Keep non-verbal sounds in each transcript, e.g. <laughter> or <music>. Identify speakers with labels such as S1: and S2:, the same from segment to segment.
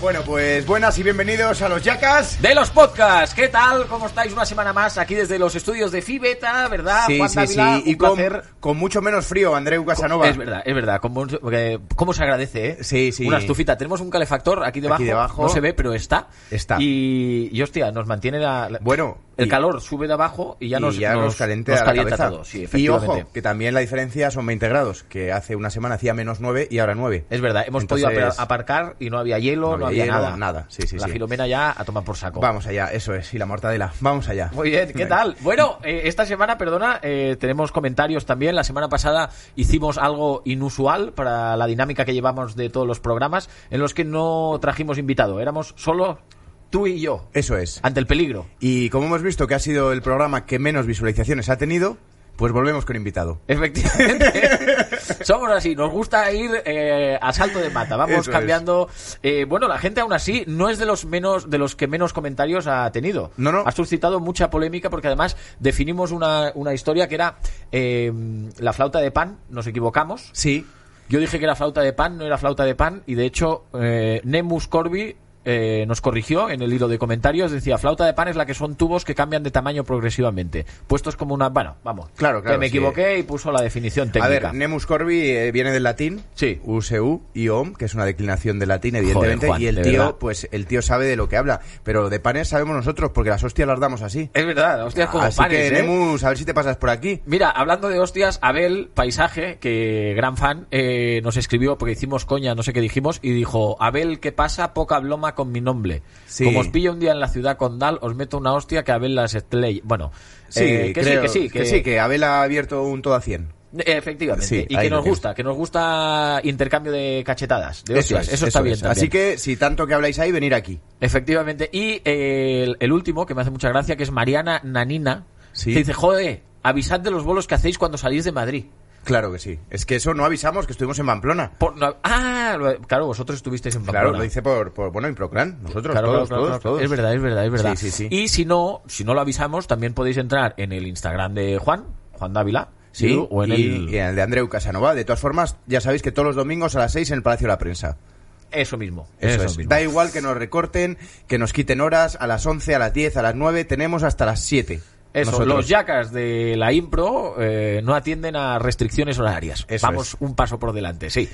S1: Bueno, pues buenas y bienvenidos a los Yacas.
S2: De los podcasts, ¿qué tal? ¿Cómo estáis? Una semana más aquí desde los estudios de Fibeta, ¿verdad?
S1: Sí,
S2: Juan
S1: sí,
S2: Dávila,
S1: sí. Y
S2: un
S1: con,
S2: placer.
S1: con mucho menos frío, Andreu Casanova.
S2: Es verdad, es verdad. Como- porque- ¿Cómo se agradece, eh?
S1: Sí, sí.
S2: Una estufita. Tenemos un calefactor aquí debajo.
S1: debajo.
S2: No se ve, pero está.
S1: Está.
S2: Y, y, hostia, nos mantiene la... la-
S1: Bueno,
S2: El
S1: y-
S2: calor sube de abajo y ya
S1: y
S2: nos,
S1: ya nos, calienta
S2: nos
S1: la
S2: calienta
S1: cabeza.
S2: todo. Sí,
S1: y
S2: efectivamente.
S1: ojo, que también la diferencia son 20 grados, que hace una semana hacía menos 9 y ahora 9.
S2: Es verdad, hemos podido
S1: Entonces-
S2: apar- aparcar y no había hielo, no había,
S1: No había hielo,
S2: nada.
S1: nada. Sí, sí,
S2: la
S1: sí.
S2: Filomena ya a tomar por saco.
S1: Vamos allá, eso es. Y la mortadela. Vamos allá.
S2: Muy bien, ¿qué tal? Bueno, eh, esta semana, perdona, eh, tenemos comentarios también. La semana pasada hicimos algo inusual para la dinámica que llevamos de todos los programas, en los que no trajimos invitado, éramos solo tú y yo,
S1: Eso es.
S2: ante el peligro.
S1: Y como hemos visto que ha sido el programa que menos visualizaciones ha tenido, pues volvemos con invitado.
S2: Efectivamente. <laughs> Somos así, nos gusta ir eh, a salto de mata, vamos
S1: Eso es.
S2: cambiando. Eh, bueno, la gente aún así no es de los menos de los que menos comentarios ha tenido.
S1: No, no.
S2: Ha suscitado mucha polémica porque además definimos una, una historia que era eh, la flauta de pan, nos equivocamos.
S1: Sí.
S2: Yo dije que era flauta de pan, no era flauta de pan, y de hecho, eh, Nemus Corby eh, nos corrigió en el hilo de comentarios. Decía, flauta de pan es la que son tubos que cambian de tamaño progresivamente. Puestos como una. Bueno, vamos.
S1: Claro, claro,
S2: Que
S1: sí.
S2: me equivoqué y puso la definición técnica.
S1: A ver, Nemus Corbi eh, viene del latín,
S2: Sí.
S1: USU y OM, que es una declinación del latín, evidentemente,
S2: Juan,
S1: y el
S2: de
S1: tío,
S2: verdad.
S1: pues el tío sabe de lo que habla, pero de panes sabemos nosotros porque las hostias las damos así.
S2: es verdad, hostias como
S1: así
S2: panes.
S1: que
S2: ¿eh?
S1: Nemus, a ver si te pasas por aquí.
S2: Mira, hablando de hostias, Abel Paisaje, que gran fan, eh, nos escribió porque hicimos coña, no sé qué dijimos, y dijo, Abel, ¿qué pasa? Poca bloma con mi nombre.
S1: Sí.
S2: Como os pillo un día en la ciudad condal, os meto una hostia que Abel las estrella. Bueno, eh, que,
S1: creo
S2: sí, que sí, que,
S1: sí, que Abel ha abierto un todo a 100.
S2: Efectivamente,
S1: Sí,
S2: y
S1: ahí
S2: que
S1: lo tienes.
S2: nos gusta, que nos gusta intercambio de cachetadas, de hostias, eso, está bien también.
S1: Así que si tanto que habláis ahí, venir aquí.
S2: Efectivamente. Y eh, el, el último, que me hace mucha gracia, que es Mariana Nanina,
S1: Sí.
S2: que dice, joder, avisad de los bolos que hacéis cuando salís de Madrid.
S1: Claro que sí. Es que eso no avisamos que estuvimos en Pamplona.
S2: Por- no- ah, lo- claro, vosotros estuvisteis en Pamplona.
S1: Claro, lo hice por, por bueno, Improclan. Nosotros,
S2: Claro,
S1: todos,
S2: claro, claro,
S1: todos,
S2: claro.
S1: todos.
S2: Es verdad, es verdad, es verdad.
S1: Sí, sí, sí.
S2: Y si no, si no lo avisamos, también podéis entrar en el Instagram de Juan, Juan Dávila,
S1: Sí,
S2: o en
S1: y,
S2: el...
S1: y en el de Andreu Casanova. De todas formas, ya sabéis que todos los domingos a las 6 en el Palacio de la Prensa.
S2: Eso mismo,
S1: Eso,
S2: eso,
S1: es.
S2: mismo.
S1: Da igual que nos recorten, que nos quiten horas a las 11, a las 10, a las 9, tenemos hasta las 7.
S2: Eso,
S1: Nosotros.
S2: los yacas de la impro eh, no atienden a restricciones horarias.
S1: Eso
S2: Vamos
S1: es.
S2: un paso por delante, sí.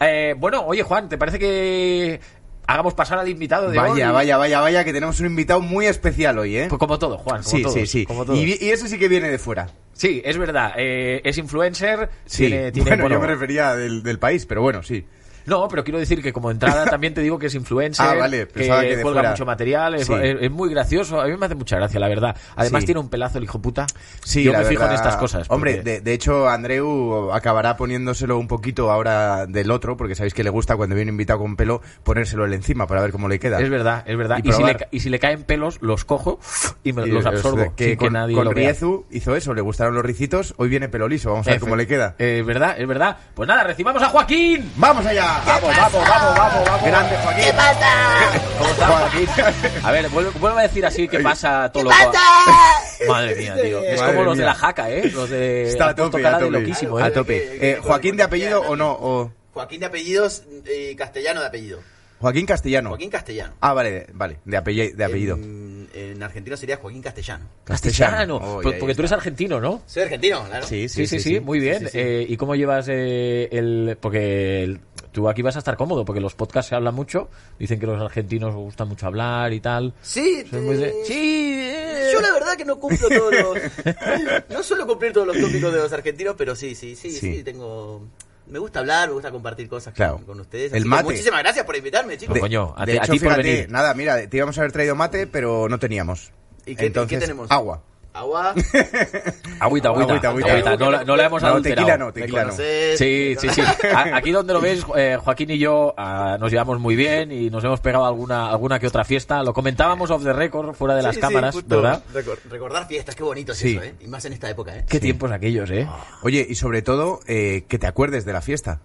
S2: Eh, bueno, oye Juan, ¿te parece que hagamos pasar al invitado de hoy?
S1: Vaya, vaya, vaya, vaya, que tenemos un invitado muy especial hoy, ¿eh?
S2: Pues como todo, Juan. Como
S1: sí,
S2: todos,
S1: sí, sí,
S2: como todos.
S1: Y, vi- y ese sí que viene de fuera.
S2: Sí, es verdad. eh, es influencer.
S1: Sí,
S2: tiene- tiene,
S1: bueno,
S2: bueno,
S1: yo me refería del, del país, pero bueno, sí.
S2: No, pero quiero decir que
S1: <laughs>
S2: como entrada también te digo que es influencer,
S1: Ah, vale,
S2: que
S1: pensaba que de
S2: cuelga
S1: fuera.
S2: mucho material, es,
S1: Sí.
S2: es- es muy gracioso, a mí me hace mucha gracia, la verdad. Además
S1: Sí.
S2: tiene un pelazo el hijo puta.
S1: Sí,
S2: Yo
S1: la
S2: me fijo en
S1: verdad.
S2: estas cosas.
S1: Hombre,
S2: porque-
S1: de, de hecho, Andreu acabará poniéndoselo un poquito ahora del otro, porque sabéis que le gusta cuando viene invitado con pelo ponérselo él encima para ver cómo le queda.
S2: Es verdad, es verdad.
S1: Y
S2: Y, si
S1: probar.
S2: le, ca- y si le caen pelos, los cojo y me-
S1: Y
S2: los
S1: es de
S2: absorbo.
S1: Que
S2: sin
S1: con,
S2: que nadie
S1: con
S2: lo vea.
S1: Riezu hizo eso, le gustaron los ricitos, hoy viene pelo liso, vamos a ver
S2: Efe-
S1: cómo le queda.
S2: Eh, Es verdad, es verdad. Pues nada, recibamos a Joaquín.
S1: ¡Vamos allá! ¡Vamos, vamos, vamos, vamos, vamos! ¡Grande, Joaquín!
S3: ¿Qué
S1: <laughs>
S3: pasa?
S2: ¿Cómo estás, Joaquín? <laughs> Eh, A ver, vuelve, vuelve a decir así que pasa todo
S3: ¿Qué
S2: loco.
S3: pasa?
S2: Madre mía, tío. Es
S1: Madre
S2: como los de
S1: mía.
S2: la jaca, ¿eh? Los de.
S1: Está a
S2: ha puesto
S1: tope,
S2: cara
S1: a
S2: de
S1: tope.
S2: loquísimo, ¿eh?
S1: A tope.
S3: Que- que-
S1: Eh, ¿Joaquín de apellido o no? O
S3: Joaquín de apellidos y castellano de apellido.
S1: Joaquín Castellano.
S3: Joaquín Castellano.
S1: Ah, vale, vale, de, apelle- de apellido.
S3: En, en argentino sería Joaquín Castellano.
S2: Castellano.
S1: Castellano. Oh,
S2: Por-
S1: ahí
S2: porque tú eres
S1: está.
S2: argentino, ¿no?
S3: Soy argentino, claro.
S2: Sí, sí, sí, muy bien. Eh, ¿Y cómo llevas eh, el...? Porque el- tú aquí vas a estar cómodo, porque los podcasts se habla mucho, dicen que los argentinos gusta mucho hablar y tal.
S3: Sí,
S2: Soy muy de-
S3: eh,
S2: Sí, eh.
S3: Yo la verdad que no cumplo todos los...
S1: <laughs>
S3: No suelo cumplir todos los tópicos de los argentinos, pero sí, sí, sí,
S1: Sí.
S3: sí, tengo... Me gusta hablar, me gusta compartir cosas con-
S1: Claro.
S3: con, ustedes.
S1: El
S3: así que
S1: mate.
S3: Muchísimas gracias por invitarme, chicos.
S2: De- Coño, a
S1: de
S2: ti- a
S1: hecho,
S2: ti por
S1: fíjate,
S2: venir.
S1: nada, mira, te íbamos a haber traído mate, pero no teníamos.
S3: ¿Y qué-
S1: Entonces,
S3: qué tenemos?
S1: Agua.
S3: Agua.
S2: Agüita, agüita,
S1: Agüita,
S2: agüita.
S1: agüita.
S2: No, la, no la hemos
S1: No,
S2: adulterado.
S1: tequila no,
S2: Me
S1: tequila
S2: conoces.
S1: no.
S3: Entonces,
S2: Sí, sí, sí. A- Aquí donde lo ves, eh, Joaquín y yo ah, nos llevamos muy bien y nos hemos pegado alguna alguna que otra fiesta. Lo comentábamos off the record, fuera de las
S3: Sí, sí,
S2: cámaras,
S3: justo.
S2: ¿verdad?
S3: Recor- recordar fiestas, qué bonito es
S1: Sí.
S3: eso, ¿eh? Y más en esta época, ¿eh?
S2: Qué tiempos aquellos, ¿eh?
S1: Oye, y sobre todo, eh, que te acuerdes de la fiesta.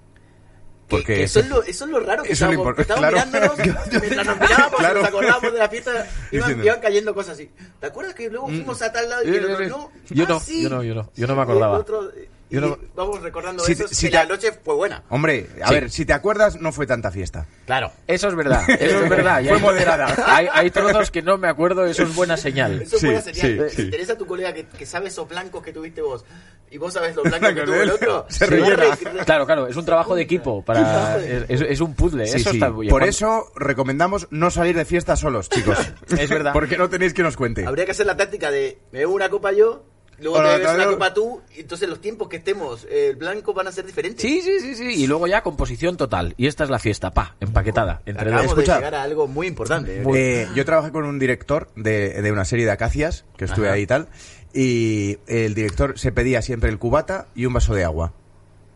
S3: Que, que eso, es lo, eso es lo raro que
S1: eso es lo
S3: estábamos,
S1: impor-
S3: que
S1: <laughs>
S3: estábamos
S1: claro.
S3: mirándonos, mientras nos mirábamos,
S1: Claro.
S3: nos acordábamos de
S1: <laughs>
S3: la fiesta,
S1: Diciendo. Mm.
S3: iban, iban cayendo cosas así. ¿Te acuerdas que luego fuimos a tal lado y que el otro no?
S2: Yo
S3: Ah,
S2: no,
S3: sí.
S2: yo no, yo no, yo no me
S3: Y el
S2: acordaba.
S3: otro, eh,
S1: Yo no-
S3: Y vamos recordando
S1: Si-
S3: eso.
S1: si
S3: que
S1: te-
S3: la noche fue buena.
S1: Hombre, a
S2: Sí.
S1: ver, si te acuerdas, no fue tanta fiesta.
S3: Claro.
S2: Eso es verdad, eso es verdad. Y
S1: Fue
S2: hay-
S1: moderada.
S2: Hay, hay trozos que no me acuerdo, eso es buena señal.
S3: Eso
S1: Sí,
S3: fue una señal.
S1: sí,
S3: Si
S1: sí.
S3: Interesa a tu colega que, que sabe esos blancos que tuviste vos y vos sabes
S1: <laughs>
S3: los blancos que
S1: Con
S3: tuvo
S1: él,
S3: el otro.
S1: se
S3: se va a
S1: rellena.
S3: re- re-
S2: Claro, claro, es un trabajo de equipo. para Es, es un puzzle,
S1: Sí,
S2: Eh, eso
S1: sí.
S2: está bien.
S1: Por
S2: Cuando-
S1: eso recomendamos no salir de fiesta solos, chicos.
S2: <laughs> Es verdad.
S1: Porque no tenéis que nos cuente.
S3: Habría que hacer la táctica de me bebo una copa yo, luego
S1: Ahora,
S3: te bebes una
S1: claro.
S3: copa tú, y entonces los tiempos que estemos, eh, el blanco van a ser diferentes.
S2: Sí, sí, sí, sí. Y luego ya composición total. Y esta es la fiesta, pa, empaquetada. Entre
S3: Acabamos
S2: dos.
S1: Escucha.
S3: de llegar a algo muy importante. eh.
S1: Eh, yo trabajé con un director de, de una serie de acacias, que estuve
S3: Ajá.
S1: ahí y tal, y el director se pedía siempre el cubata y un vaso de agua.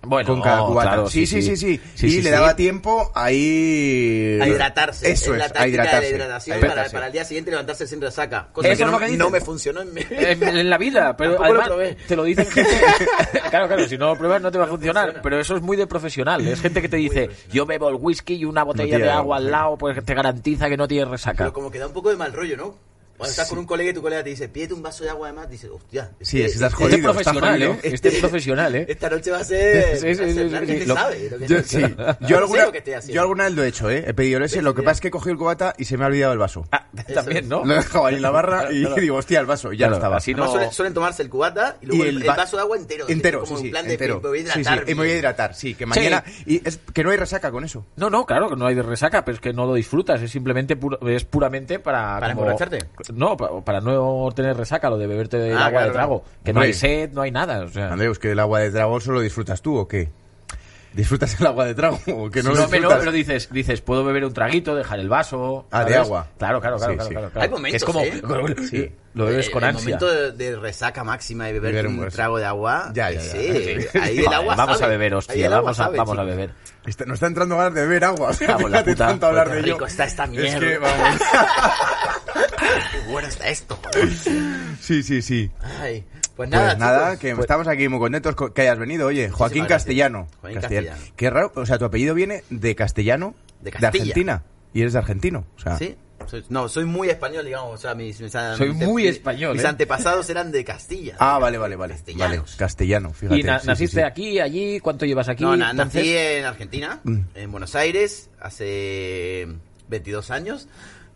S2: Bueno,
S1: con cada
S2: oh,
S1: cubata.
S2: claro,
S1: sí, sí, sí, sí, Y
S2: sí,
S1: le
S2: sí.
S1: daba tiempo ahí...
S3: A Eh, hidratarse.
S1: Eso
S3: es la
S1: es,
S3: táctica
S1: a hidratarse.
S3: de la hidratación
S1: A
S3: para,
S1: hidratarse.
S3: para el día siguiente levantarse sin resaca. Cosa
S2: Eso
S3: que
S2: es
S3: no,
S2: lo que dicen.
S3: no me funcionó en mi.
S2: En, en la vida, pero
S3: Tampoco lo
S2: además
S3: probé.
S2: te lo dicen
S1: <laughs>
S2: gente. claro, claro, si no lo pruebas no te va a funcionar.
S3: funciona.
S2: Pero eso es muy de profesional. Es gente que te dice, yo bebo el whisky y una botella
S1: tiene
S2: de
S1: agua,
S2: agua al
S1: sí.
S2: lado, pues te garantiza que no tienes resaca.
S3: Pero como que da un poco de mal rollo, ¿no? Cuando estás con un colega y tu colega te dice, pídete un vaso de agua además, dices, hostia.
S1: Sí, es que estás
S2: Este es
S1: jodido, está
S2: profesional,
S1: jodido.
S2: ¿eh? Este es profesional,
S3: <laughs>
S2: ¿eh?
S3: Esta noche va a ser.
S2: Sí, sí,
S3: va a
S2: sí,
S3: ser
S2: sí,
S3: larga,
S2: sí.
S3: este
S2: Lo-
S3: sabe lo que
S1: Yo,
S3: estoy
S1: sí.
S3: haciendo.
S1: <laughs> yo,
S3: sé
S1: alguna,
S3: lo que estoy haciendo.
S1: yo alguna vez lo he hecho, ¿eh? He pedido ese, lo que pasa es que he cogido el cubata y se me ha olvidado el vaso.
S2: Ah, <laughs> también, ¿no?
S1: Lo he dejado ahí en la barra y
S2: <laughs> Claro.
S1: digo, hostia, el vaso, y ya
S2: Claro,
S1: no estaba.
S2: así
S3: Además,
S2: no-
S3: suelen, suelen tomarse el cubata y luego el, el
S1: va-
S3: vaso de agua entero.
S1: Entero,
S3: Es
S1: sí,
S3: como
S1: sí,
S3: un plan
S1: entero.
S3: de me voy
S1: Sí,
S3: a
S1: sí, y
S3: hidratar
S1: me voy a
S3: bien.
S1: hidratar, sí, que
S2: Sí.
S1: mañana... Y es que no hay resaca con eso.
S2: No, no, claro que no hay de resaca, pero es que no lo disfrutas, es simplemente puro- es puramente para...
S3: ¿Para
S2: como-
S3: emborracharte?
S2: No, pa- para, no tener resaca, lo de beberte el
S3: Ah,
S2: agua
S3: claro,
S2: de trago. Que no
S1: Hombre.
S2: hay sed, no hay nada. O sea,
S1: Andreus, que el agua de trago solo disfrutas tú o qué? ¿Disfrutas el agua de trago o que
S2: no,
S1: no
S2: no,
S1: lo
S2: pero,
S1: disfrutas?
S2: pero dices, dices, puedo beber un traguito, dejar el vaso...
S1: Ah, de
S2: ¿sabes?
S1: agua.
S2: Claro, claro, claro.
S1: Sí,
S2: claro,
S1: sí.
S2: claro, claro.
S3: Hay momentos,
S2: Es como... <laughs>
S3: ¿eh?
S1: Sí.
S2: Lo bebes
S3: Eh,
S2: con
S3: el
S2: ansia.
S3: momento de, de resaca máxima y beber
S1: Beber un
S3: un
S1: vaso.
S3: trago de agua.
S1: Ya, ya, ya.
S3: Sí,
S1: Sí.
S3: ahí el
S2: <laughs> Joder,
S3: agua
S2: vamos
S3: sabe.
S2: a beber,
S3: Ahí
S2: hostia,
S3: el agua
S2: vamos, a,
S3: sabe,
S2: vamos a
S3: chico.
S2: beber.
S1: Está- nos está entrando ganas de beber agua. <laughs> o sea,
S2: Cago en la
S1: fíjate
S2: puta,
S1: tanto hablar
S2: pues
S1: de
S3: Qué
S1: ello.
S3: rico está esta mierda.
S1: Es que, vamos.
S3: Qué bueno está esto. joder.
S1: Sí, sí, sí.
S3: Ay, pues
S1: Pues
S3: nada,
S1: nada,
S3: chicos.
S1: que estamos aquí muy contentos co- que hayas venido. Oye, Joaquín
S3: gracias.
S1: Castellano.
S3: Joaquín Castellano.
S1: Qué raro, o sea, tu apellido viene de castellano,
S3: De Castilla.
S1: Argentina. Y eres de argentino. O sea,
S3: Sí, soy- no, soy muy español, digamos. O sea, mis, mis an-
S2: Soy
S3: mis-
S2: muy
S3: mis-
S2: español,
S3: Mis
S2: ¿eh?
S3: antepasados eran de Castilla.
S1: Ah, vale, vale, vale.
S3: Castellanos.
S1: Vale, castellano, fíjate.
S2: ¿Y na-
S1: sí, sí,
S2: naciste
S1: sí.
S2: aquí, allí? ¿Cuánto llevas aquí?
S3: No, na-
S2: entonces? Mm.
S3: nací en Argentina, en Buenos Aires, hace 22 años.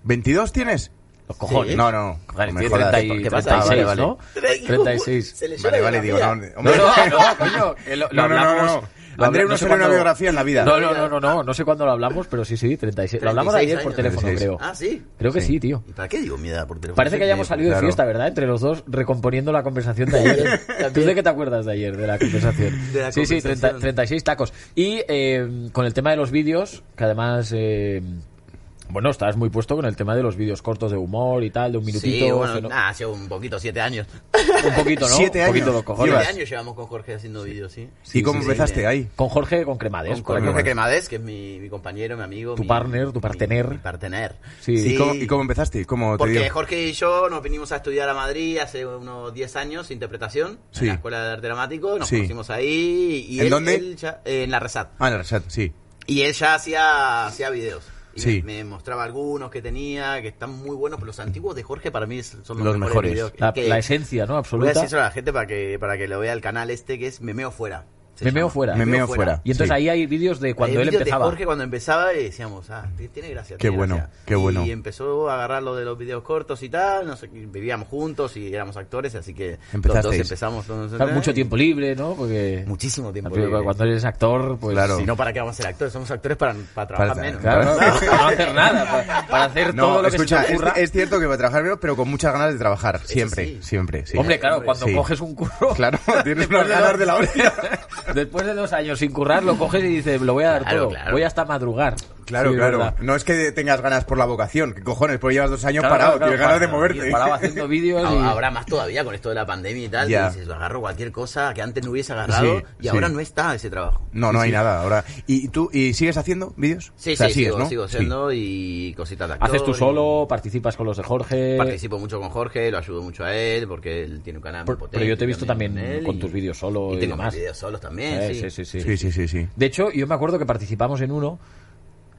S1: ¿22 tienes?
S2: Los cojones.
S3: Sí.
S1: No, no.
S2: Joder,
S1: no me
S2: tiene
S1: jodas.
S2: 30 y-
S1: Ah,
S2: 36, ¿no?
S3: Hijo,
S2: 36.
S3: Se le
S1: Vale,
S3: llora
S1: vale,
S3: la
S1: digo,
S3: vida.
S1: no, hombre,
S2: no, no, coño, que lo- lo
S1: No, no, no,
S2: hablamos-
S1: no.
S2: lo
S1: Andreu
S2: habla-
S1: no
S2: sé
S1: se lee una
S2: cuándo-
S1: biografía en la vida.
S2: No, no, no, no, no, no sé cuándo lo hablamos, pero sí, sí, 36. Lo hablamos
S3: 36
S2: ayer por
S3: años.
S2: teléfono,
S1: 36.
S2: creo.
S3: Ah, sí.
S2: Creo que
S1: Sí.
S2: sí, tío.
S3: ¿Y para qué digo mi edad por teléfono?
S2: Parece que hayamos
S3: Sí,
S2: salido de
S1: claro.
S2: fiesta, ¿verdad? Entre los dos, recomponiendo la conversación de ayer.
S1: <laughs>
S3: También.
S2: ¿Tú de qué te acuerdas de ayer, de la conversación?
S3: De la
S2: sí, sí,
S3: conversación.
S2: 30 36 tacos. Y eh, con el tema de los vídeos, que además... eh, bueno, estás muy puesto con el tema de los vídeos cortos de humor y tal, de un minutito.
S3: Sí, bueno,
S2: o sea, no-
S3: nada, hace un poquito, siete años.
S2: Un poquito, ¿no?
S1: Siete
S2: un poquito
S1: años.
S2: los cojones.
S3: Siete
S1: Llevas.
S3: años llevamos con Jorge haciendo vídeos, ¿sí?
S1: ¿Y cómo
S3: sí, sí,
S1: empezaste
S3: sí.
S1: ahí?
S2: Con Jorge, con Cremades.
S3: Con
S1: Con
S3: Jorge
S1: Jorge.
S3: Cremades, que es mi, mi compañero, mi amigo.
S2: Tu
S3: mi-
S2: partner, tu
S3: mi-
S2: partener.
S3: Mi, partener.
S2: Sí. ¿Y
S1: ¿Y cómo, y cómo empezaste? ¿Cómo te
S3: Porque
S1: dio?
S3: Jorge y yo nos vinimos a estudiar a Madrid hace unos 10 años, interpretación,
S1: Sí.
S3: en la Escuela de Arte Dramático, nos
S1: Sí.
S3: conocimos ahí. Y
S1: ¿En
S3: él-
S1: dónde?
S3: él ya- eh, en la Resat.
S1: Ah, en el Resat, sí.
S3: Y él ya hacía, hacía videos. Y
S1: Sí.
S3: me, me mostraba algunos que tenía, que están muy buenos, pero los antiguos de Jorge para mí son los,
S1: Los
S3: mejores,
S1: mejores.
S3: videos.
S2: La,
S3: que-
S2: la esencia, ¿no?
S3: Voy a
S2: Absoluta.
S3: decírselo a la gente para que, para que lo vea el canal este que es Memeo Fuera. se
S2: Me meo
S3: llama.
S2: fuera.
S1: Me meo fuera.
S2: Y entonces
S1: Sí.
S2: ahí hay vídeos de cuando
S3: Hay
S2: él
S3: vídeos
S2: empezaba.
S3: De Jorge cuando empezaba y decíamos, ah, t- tiene gracia.
S1: Qué
S3: tiene
S1: bueno,
S3: gracia.
S1: qué bueno.
S3: Y empezó a agarrar lo de los videos cortos y tal, no sé, y vivíamos juntos y éramos actores, así que los dos
S1: Empezasteis.
S3: empezamos. no sé,
S2: Claro,
S3: tal,
S2: mucho
S3: y-
S2: tiempo libre, ¿no? Porque
S3: Muchísimo tiempo.
S2: Porque
S3: libre.
S2: cuando eres actor, pues
S1: Claro.
S3: Si no, ¿para qué vamos a ser actores? Somos actores para, para trabajar
S1: Para-
S3: menos.
S2: Claro,
S1: <laughs>
S2: no, para no hacer nada, para, para hacer todo lo que
S1: escucha,
S2: se te
S1: es,
S2: ocurra.
S1: es cierto que va a trabajar menos, pero con muchas ganas de trabajar. Siempre,
S3: sí.
S1: siempre, sí.
S2: Hombre, claro, cuando
S1: Sí.
S2: coges un curro. <laughs>
S1: Claro, <laughs> tienes
S2: después
S1: unas ganas de la hora.
S2: <laughs> Después de dos años sin currar, lo coges y dices, lo voy a dar
S3: Claro,
S2: todo.
S3: claro.
S2: Voy hasta madrugar.
S1: Claro,
S2: Sí, es
S1: claro.
S2: verdad.
S1: No es que tengas ganas por la vocación, que cojones, porque llevas dos años
S2: Claro,
S1: parado,
S2: claro, claro,
S1: tienes ganas
S2: parado,
S1: de
S2: tío,
S1: moverte.
S2: Parado haciendo vídeos y...
S3: Ah, Ahora más todavía con esto de la pandemia y tal,
S1: Ya.
S3: que dices, agarro cualquier cosa que antes no hubiese agarrado
S1: Sí,
S3: y
S1: sí.
S3: ahora no está ese trabajo.
S1: <laughs> No, no hay nada ahora. ¿Y y tú y sigues haciendo vídeos?
S3: Sí,
S1: O sea,
S3: sí,
S1: sigues,
S3: sigo,
S1: ¿no?
S3: sigo
S1: Sí.
S3: siendo y cositas de actor.
S2: Haces tú
S3: y-
S2: solo, participas con los de Jorge.
S3: Participo mucho con Jorge, lo ayudo mucho a él porque él tiene un canal muy
S2: Por-
S3: potente.
S2: pero yo te he visto también
S3: él
S2: con
S3: y-
S2: tus vídeos solo
S3: Y
S2: y
S3: tengo más
S2: demás.
S3: vídeos solos también,
S2: Eh,
S3: sí.
S2: sí, sí, sí.
S1: Sí, sí, sí, sí.
S2: De hecho, yo me acuerdo que participamos en uno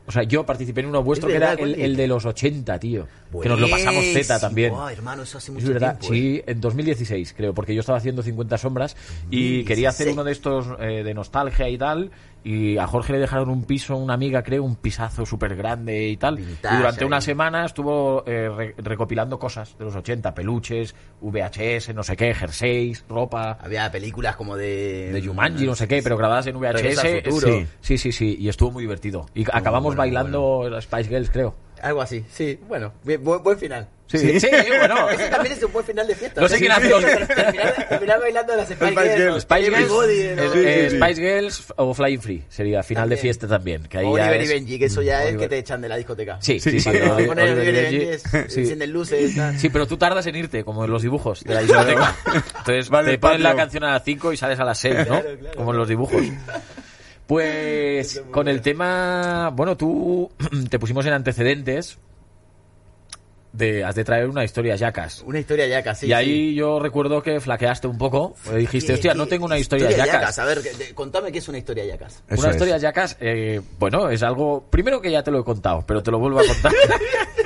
S2: O sea, yo participé en uno vuestro
S3: Es
S2: que era
S3: verdad,
S2: el,
S3: coño.
S2: el de los 80, tío. Que nos lo pasamos Z también.
S3: Buenísimo. Ah, hermano, eso hace
S2: Es
S3: mucho
S2: verdad,
S3: tiempo. eh.
S2: sí, en 2016 creo, porque yo estaba haciendo 50 sombras y
S3: 2016.
S2: quería hacer uno de estos eh, de nostalgia y tal. Y a Jorge le dejaron un piso, una amiga creo, un pisazo súper grande y tal.
S3: Vintage
S2: y durante una
S3: ahí.
S2: semana estuvo eh, re- recopilando cosas de los 80, peluches, VHS, no sé qué, jerseys, ropa
S3: Había películas como de...
S2: de Jumanji, no sé qué, pero grabadas en
S3: Regreso al
S2: VHS.
S3: futuro.
S2: Sí, sí, sí, sí, y estuvo muy divertido. Y acabamos
S3: bueno,
S2: bailando las Spice Girls, creo.
S3: Algo así, sí. Bueno, bien, buen, buen final.
S2: Sí, sí,
S3: <laughs>
S2: bueno.
S3: Ese también es un buen final de fiesta.
S2: No sé
S3: Sí,
S2: quién
S3: sí,
S2: hace-
S3: sí. Terminar, terminar bailando las Spice
S1: Spice
S3: Girls.
S1: Girls.
S3: ¿no?
S2: Spice Girls,
S3: Everybody, ¿no?
S2: eh,
S1: Sí, sí,
S2: eh,
S1: sí.
S2: Spice Girls o Flying Free sería final de
S3: También.
S2: fiesta también. Que ahí ya
S3: Oliver
S2: es-
S3: y Benji, que eso ya es
S2: Oliver-
S3: que te echan de la discoteca.
S2: Sí, sí, sí.
S1: Sí.
S2: pero
S3: Cuando
S2: Oli-
S3: ponen
S2: Oliver y
S3: Oliver y Benji, es-
S2: Benji, sí.
S3: encienden luces. tal.
S2: Sí, pero tú tardas en irte, como en los dibujos de la discoteca. Entonces
S1: Vale,
S2: te ponen la
S1: Pablo.
S2: canción a las 5 y sales a las 6, ¿no?
S3: Claro, claro.
S2: Como en los dibujos. Pues con el tema, bueno, tú <clears throat> te pusimos en antecedentes de has de traer una historia yacas.
S3: Una historia ya casi.
S2: y ahí yo recuerdo que flaqueaste un poco, Pues dijiste, hostia, no tengo una historia, yacas.
S3: A ver, que- de- contame qué es una historia yacas.
S1: Eso
S2: una
S1: es.
S2: historia yacas, eh, bueno, es algo. Primero que ya te lo he contado, pero te lo vuelvo a contar. <laughs>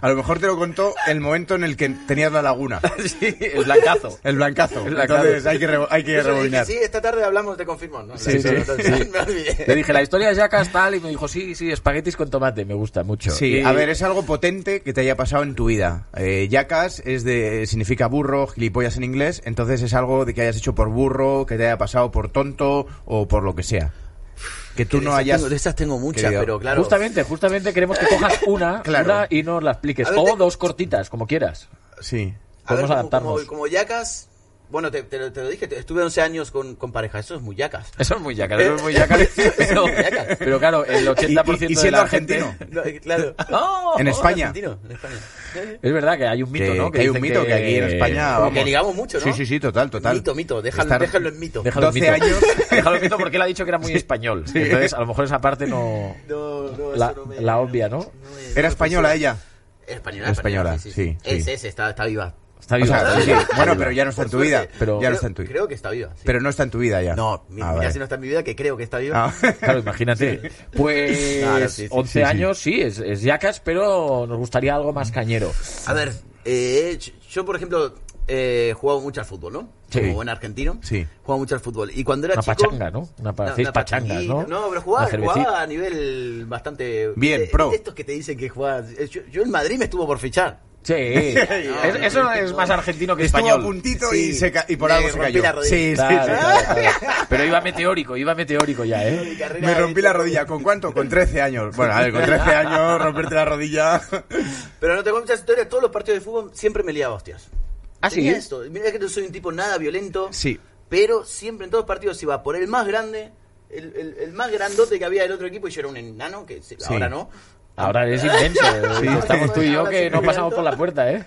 S1: A lo mejor te lo contó el momento en el que tenías la laguna.
S2: sí, es blancazo.
S1: El blancazo.
S2: <laughs> El blancazo.
S1: Entonces hay que, re- hay que
S3: Yo le dije,
S1: rebobinar.
S3: sí, esta tarde hablamos, te confirmo. ¿no?
S1: Sí, sí,
S3: Entonces,
S2: sí.
S3: <laughs> Me olvidé.
S2: Le dije, la historia de Jackass tal, y me dijo, sí, sí, espaguetis con tomate, me gusta mucho.
S1: Sí,
S2: Y-
S1: Eh, a ver, es algo potente que te haya pasado en tu vida. Eh, yacas es de, significa burro, gilipollas en inglés, entonces es algo de que hayas hecho por burro, que te haya pasado por tonto o por lo que sea. Que tú
S3: De
S1: no
S3: esas
S1: hayas...
S3: tengo- de esas tengo muchas,
S1: querido.
S3: pero claro.
S2: Justamente, justamente queremos que cojas <laughs> una,
S1: Claro.
S2: una y nos la expliques.
S3: A ver,
S2: o
S3: te-
S2: dos cortitas, como quieras.
S1: Sí.
S3: A ver,
S2: Podemos
S3: como-
S2: adaptarnos.
S3: Como, como yacas. Bueno, te, te lo- te lo dije, te- estuve 11 años con, con pareja. Eso es muy yacas.
S2: Eso es muy Jackass, eso es muy <laughs> Jackass. pero, pero claro, el 80%
S1: Y- y- y
S2: de
S1: siendo
S2: la gente-
S3: <laughs>
S1: argentino.
S3: No, eh, claro.
S2: ¡Oh!
S1: En España.
S3: Argentino, en España.
S2: Es verdad que hay un mito,
S1: Que-
S2: ¿no?
S1: que hay un
S2: dicen
S1: mito que aquí en España-
S3: Como que
S1: vamos.
S3: ligamos mucho, ¿no?
S1: Sí, sí, sí, total, total.
S3: Mito, mito. Déjalo,
S1: Estar-
S3: déjalo en mito.
S2: Déjalo
S1: 12
S2: en mito. <laughs>
S1: años.
S2: Déjalo en mito porque él ha dicho que era muy español. Entonces, a lo mejor esa parte no...
S3: No, no, eso
S2: La-
S3: no me-
S2: la obvia, ¿no?
S3: me-
S1: Era
S3: me
S1: española
S3: funciona.
S1: ella.
S3: Española,
S1: Era española, sí,
S3: Es,
S1: sí.
S3: es, está, está viva.
S2: Está
S1: O
S2: viva.
S1: sea,
S2: está
S1: sí,
S2: viva.
S1: bueno, pero ya no está en
S3: Por
S1: tu vida.
S3: suerte.
S1: Pero ya
S3: Creo-
S1: no está en tu vida.
S3: Creo que está viva. sí.
S1: Pero no está en tu vida ya.
S3: No, mi-
S1: Ah,
S3: mira
S1: vale.
S3: si no está en mi vida, que creo que está viva.
S1: Ah. <laughs>
S2: Claro, imagínate. Pues
S3: Claro, sí, sí,
S2: 11
S1: sí, sí.
S2: años, sí, es, es yacas, pero nos gustaría algo más cañero.
S3: A ver, eh, yo- yo por ejemplo eh, he jugado mucho al fútbol, ¿no?
S2: Sí.
S3: Como buen argentino.
S1: Sí.
S3: Jugaba mucho al fútbol. Y cuando era
S2: Una
S3: chico...
S2: pachanga, ¿no? Una pa- hacéis pachangas, ¿no?
S3: pachanguita. pero jugaba,
S2: Una cervecita.
S3: jugaba a nivel bastante...
S1: Bien,
S3: de-
S1: pro.
S3: de Estos que te dicen que jugabas... eh, Yo, yo en Madrid me estuvo por fichar. <laughs>
S2: Sí, Es- eso es más argentino que español.
S1: Estuvo a puntito y,
S3: Sí.
S1: se ca- y por
S3: Me
S1: algo se
S3: rompí
S1: cayó.
S3: la rodilla.
S1: Sí, sí,
S2: Claro,
S1: sí.
S2: claro, claro. Pero iba meteórico, iba meteórico ya, ¿eh?
S3: Mi carrera
S1: Me rompí
S3: de-
S1: la rodilla. ¿Con cuánto? Con 13 años. Bueno, a ver, con 13 años romperte la rodilla.
S3: Pero no te cuento esa historia, todos los partidos de fútbol siempre me liaba hostias.
S2: ¿Ah, sí?
S3: Tenía esto. Mira que no soy un tipo nada violento.
S1: Sí.
S3: Pero siempre en todos los partidos iba por el más grande, el, el- el más grandote que había del otro equipo, y yo era un enano, que se- ahora no.
S2: Ahora es inmenso.
S3: Sí.
S2: Estamos tú y yo
S3: Ahora
S2: que
S3: sí,
S2: no
S3: me
S2: pasamos
S3: encanta.
S2: por la puerta, ¿eh?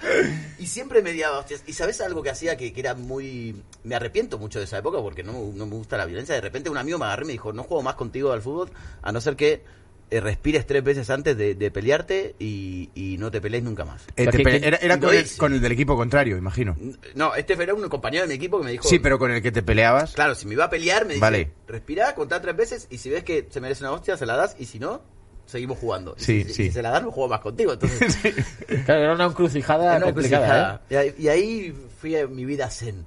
S3: Y siempre me liaba hostias. ¿Y sabes algo que hacía que, que era muy. Me arrepiento mucho de esa época porque no, no me gusta la violencia. De repente un amigo me agarró y me dijo: No juego más contigo al fútbol, a no ser que eh, respires tres veces antes de, de pelearte y, y no te pelees nunca más.
S1: Eh, te
S2: que-
S1: pe-
S2: que-
S1: era era
S3: lo
S1: con, el,
S3: hice.
S1: con el del equipo contrario, imagino.
S3: No, este era un compañero de mi equipo que me dijo:
S1: Sí, pero con el que te peleabas.
S3: Claro, si me iba a pelear, me dice,
S1: Vale.
S3: respira, contá tres veces y si ves que se merece una hostia, se la das y si no, seguimos jugando. Y
S1: Sí,
S3: si,
S1: sí.
S3: si se la das, no juego más
S1: <laughs>
S3: contigo. Entonces, <laughs>
S2: Claro, era una encrucijada
S3: era una
S2: complicada, ¿eh?
S3: encrucijada. Y ahí- y ahí fui a mi vida zen.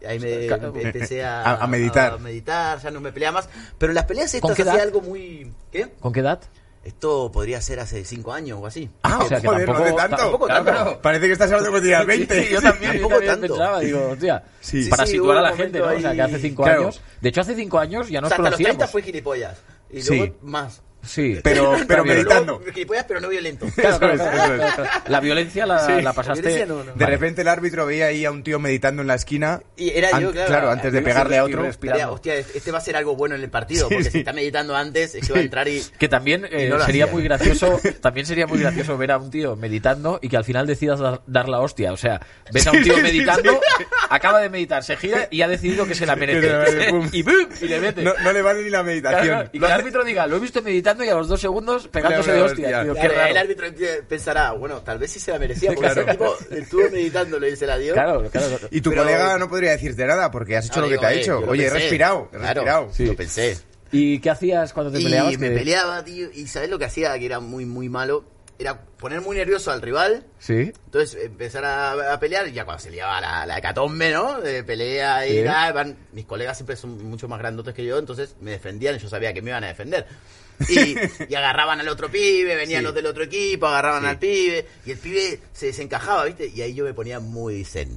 S3: Y ahí me
S2: Claro.
S3: empecé a,
S1: A- a meditar.
S3: a meditar, ya no me pelea más. Pero en las peleas
S2: ¿Con
S3: estas
S2: qué edad?
S3: hacía algo muy... ¿Qué?
S2: ¿eh? ¿Con qué edad?
S3: Esto podría ser hace cinco años o así.
S1: Ah,
S2: O sea, que
S1: joder,
S2: tampoco-
S1: no hace tanto.
S3: tampoco tanto.
S1: Claro, Parece que estás hablando cuando tenías 20.
S2: <laughs> Sí, yo también, yo
S3: Tampoco
S2: también
S3: tanto.
S2: pensaba, digo, hostia,
S1: Sí.
S2: para
S3: Sí, sí,
S2: situar a
S3: hubo
S2: la
S3: un
S2: gente, ¿no? O sea, que
S3: momento ahí-
S2: hace cinco
S1: Claro.
S2: años, de hecho hace cinco años ya
S3: O
S2: nos
S3: sea, hasta los 30
S2: conocíamos.
S3: fui gilipollas. Y
S1: Sí.
S3: luego más.
S2: Sí,
S1: <laughs> Pero, pero
S2: bien.
S1: meditando.
S3: Luego Gilipollas, pero no
S1: <laughs>
S3: violento.
S2: Claro, claro,
S1: Eso es,
S2: claro,
S1: eso es.
S2: claro, claro. La violencia la,
S1: Sí.
S2: Ah, la pasaste.
S3: La violencia no,
S1: De
S3: no.
S2: Vale.
S1: repente el árbitro veía ahí a un tío meditando en la esquina.
S3: Y era yo,
S1: An-
S3: claro.
S1: antes de
S2: Y
S1: pegarle a
S2: y
S1: otro.
S2: respirando.
S3: Mira, hostia, este va a ser algo bueno en el partido,
S1: Sí,
S3: porque
S1: sí.
S3: si está meditando antes, es que va a entrar y...
S2: Que también eh,
S3: no lo
S2: sería
S3: hacía.
S2: muy gracioso, también sería muy gracioso ver a un tío meditando y que al final decidas dar, dar la hostia. O sea, ves a un tío
S1: Sí, sí,
S2: meditando,
S1: sí,
S2: acaba de meditar, se gira y ha decidido que se la
S1: Que le vale,
S2: <laughs> merece.
S1: pum.
S2: y ¡pum! Y le mete.
S1: No, no le vale ni la
S2: Claro,
S1: meditación.
S2: y que
S1: Lo
S2: el
S1: hace-
S2: árbitro diga, lo he visto meditando y a los dos segundos pegándose
S1: Le
S2: de
S1: doy la
S2: hostia.
S1: hostia.
S2: Tío, qué
S3: Claro,
S2: raro.
S3: el árbitro enti- pensará, bueno, tal vez sí se la merecía, porque
S1: Claro.
S3: ese tipo estuvo meditándolo y se la dio.
S2: Claro, claro.
S1: Y tu
S3: Pero-
S1: colega no podría decirte nada porque has hecho
S3: No,
S1: lo que
S3: digo,
S1: te ha
S3: eh,
S1: hecho.
S3: yo lo
S1: Oye, he
S3: pensé.
S1: respirado, he
S3: Claro,
S1: respirado.
S3: Lo pensé.
S2: ¿Y qué hacías cuando te peleabas?
S3: Y me
S2: Que-
S3: peleaba, tío. Y ¿sabes lo que hacía? Que era muy, muy malo. Era poner muy nervioso al rival.
S2: Sí.
S3: Entonces empezar a, a pelear y ya cuando se liaba la, la hecatombe, ¿no? De pelea y
S2: Sí.
S3: nada, van- mis colegas siempre son mucho más grandotes que yo, entonces me defendían y yo sabía que me iban a defender. Y, y agarraban al otro pibe, venían
S1: Sí.
S3: los del otro equipo, agarraban
S1: Sí.
S3: al pibe y el pibe se desencajaba, ¿viste? Y ahí yo me ponía muy zen.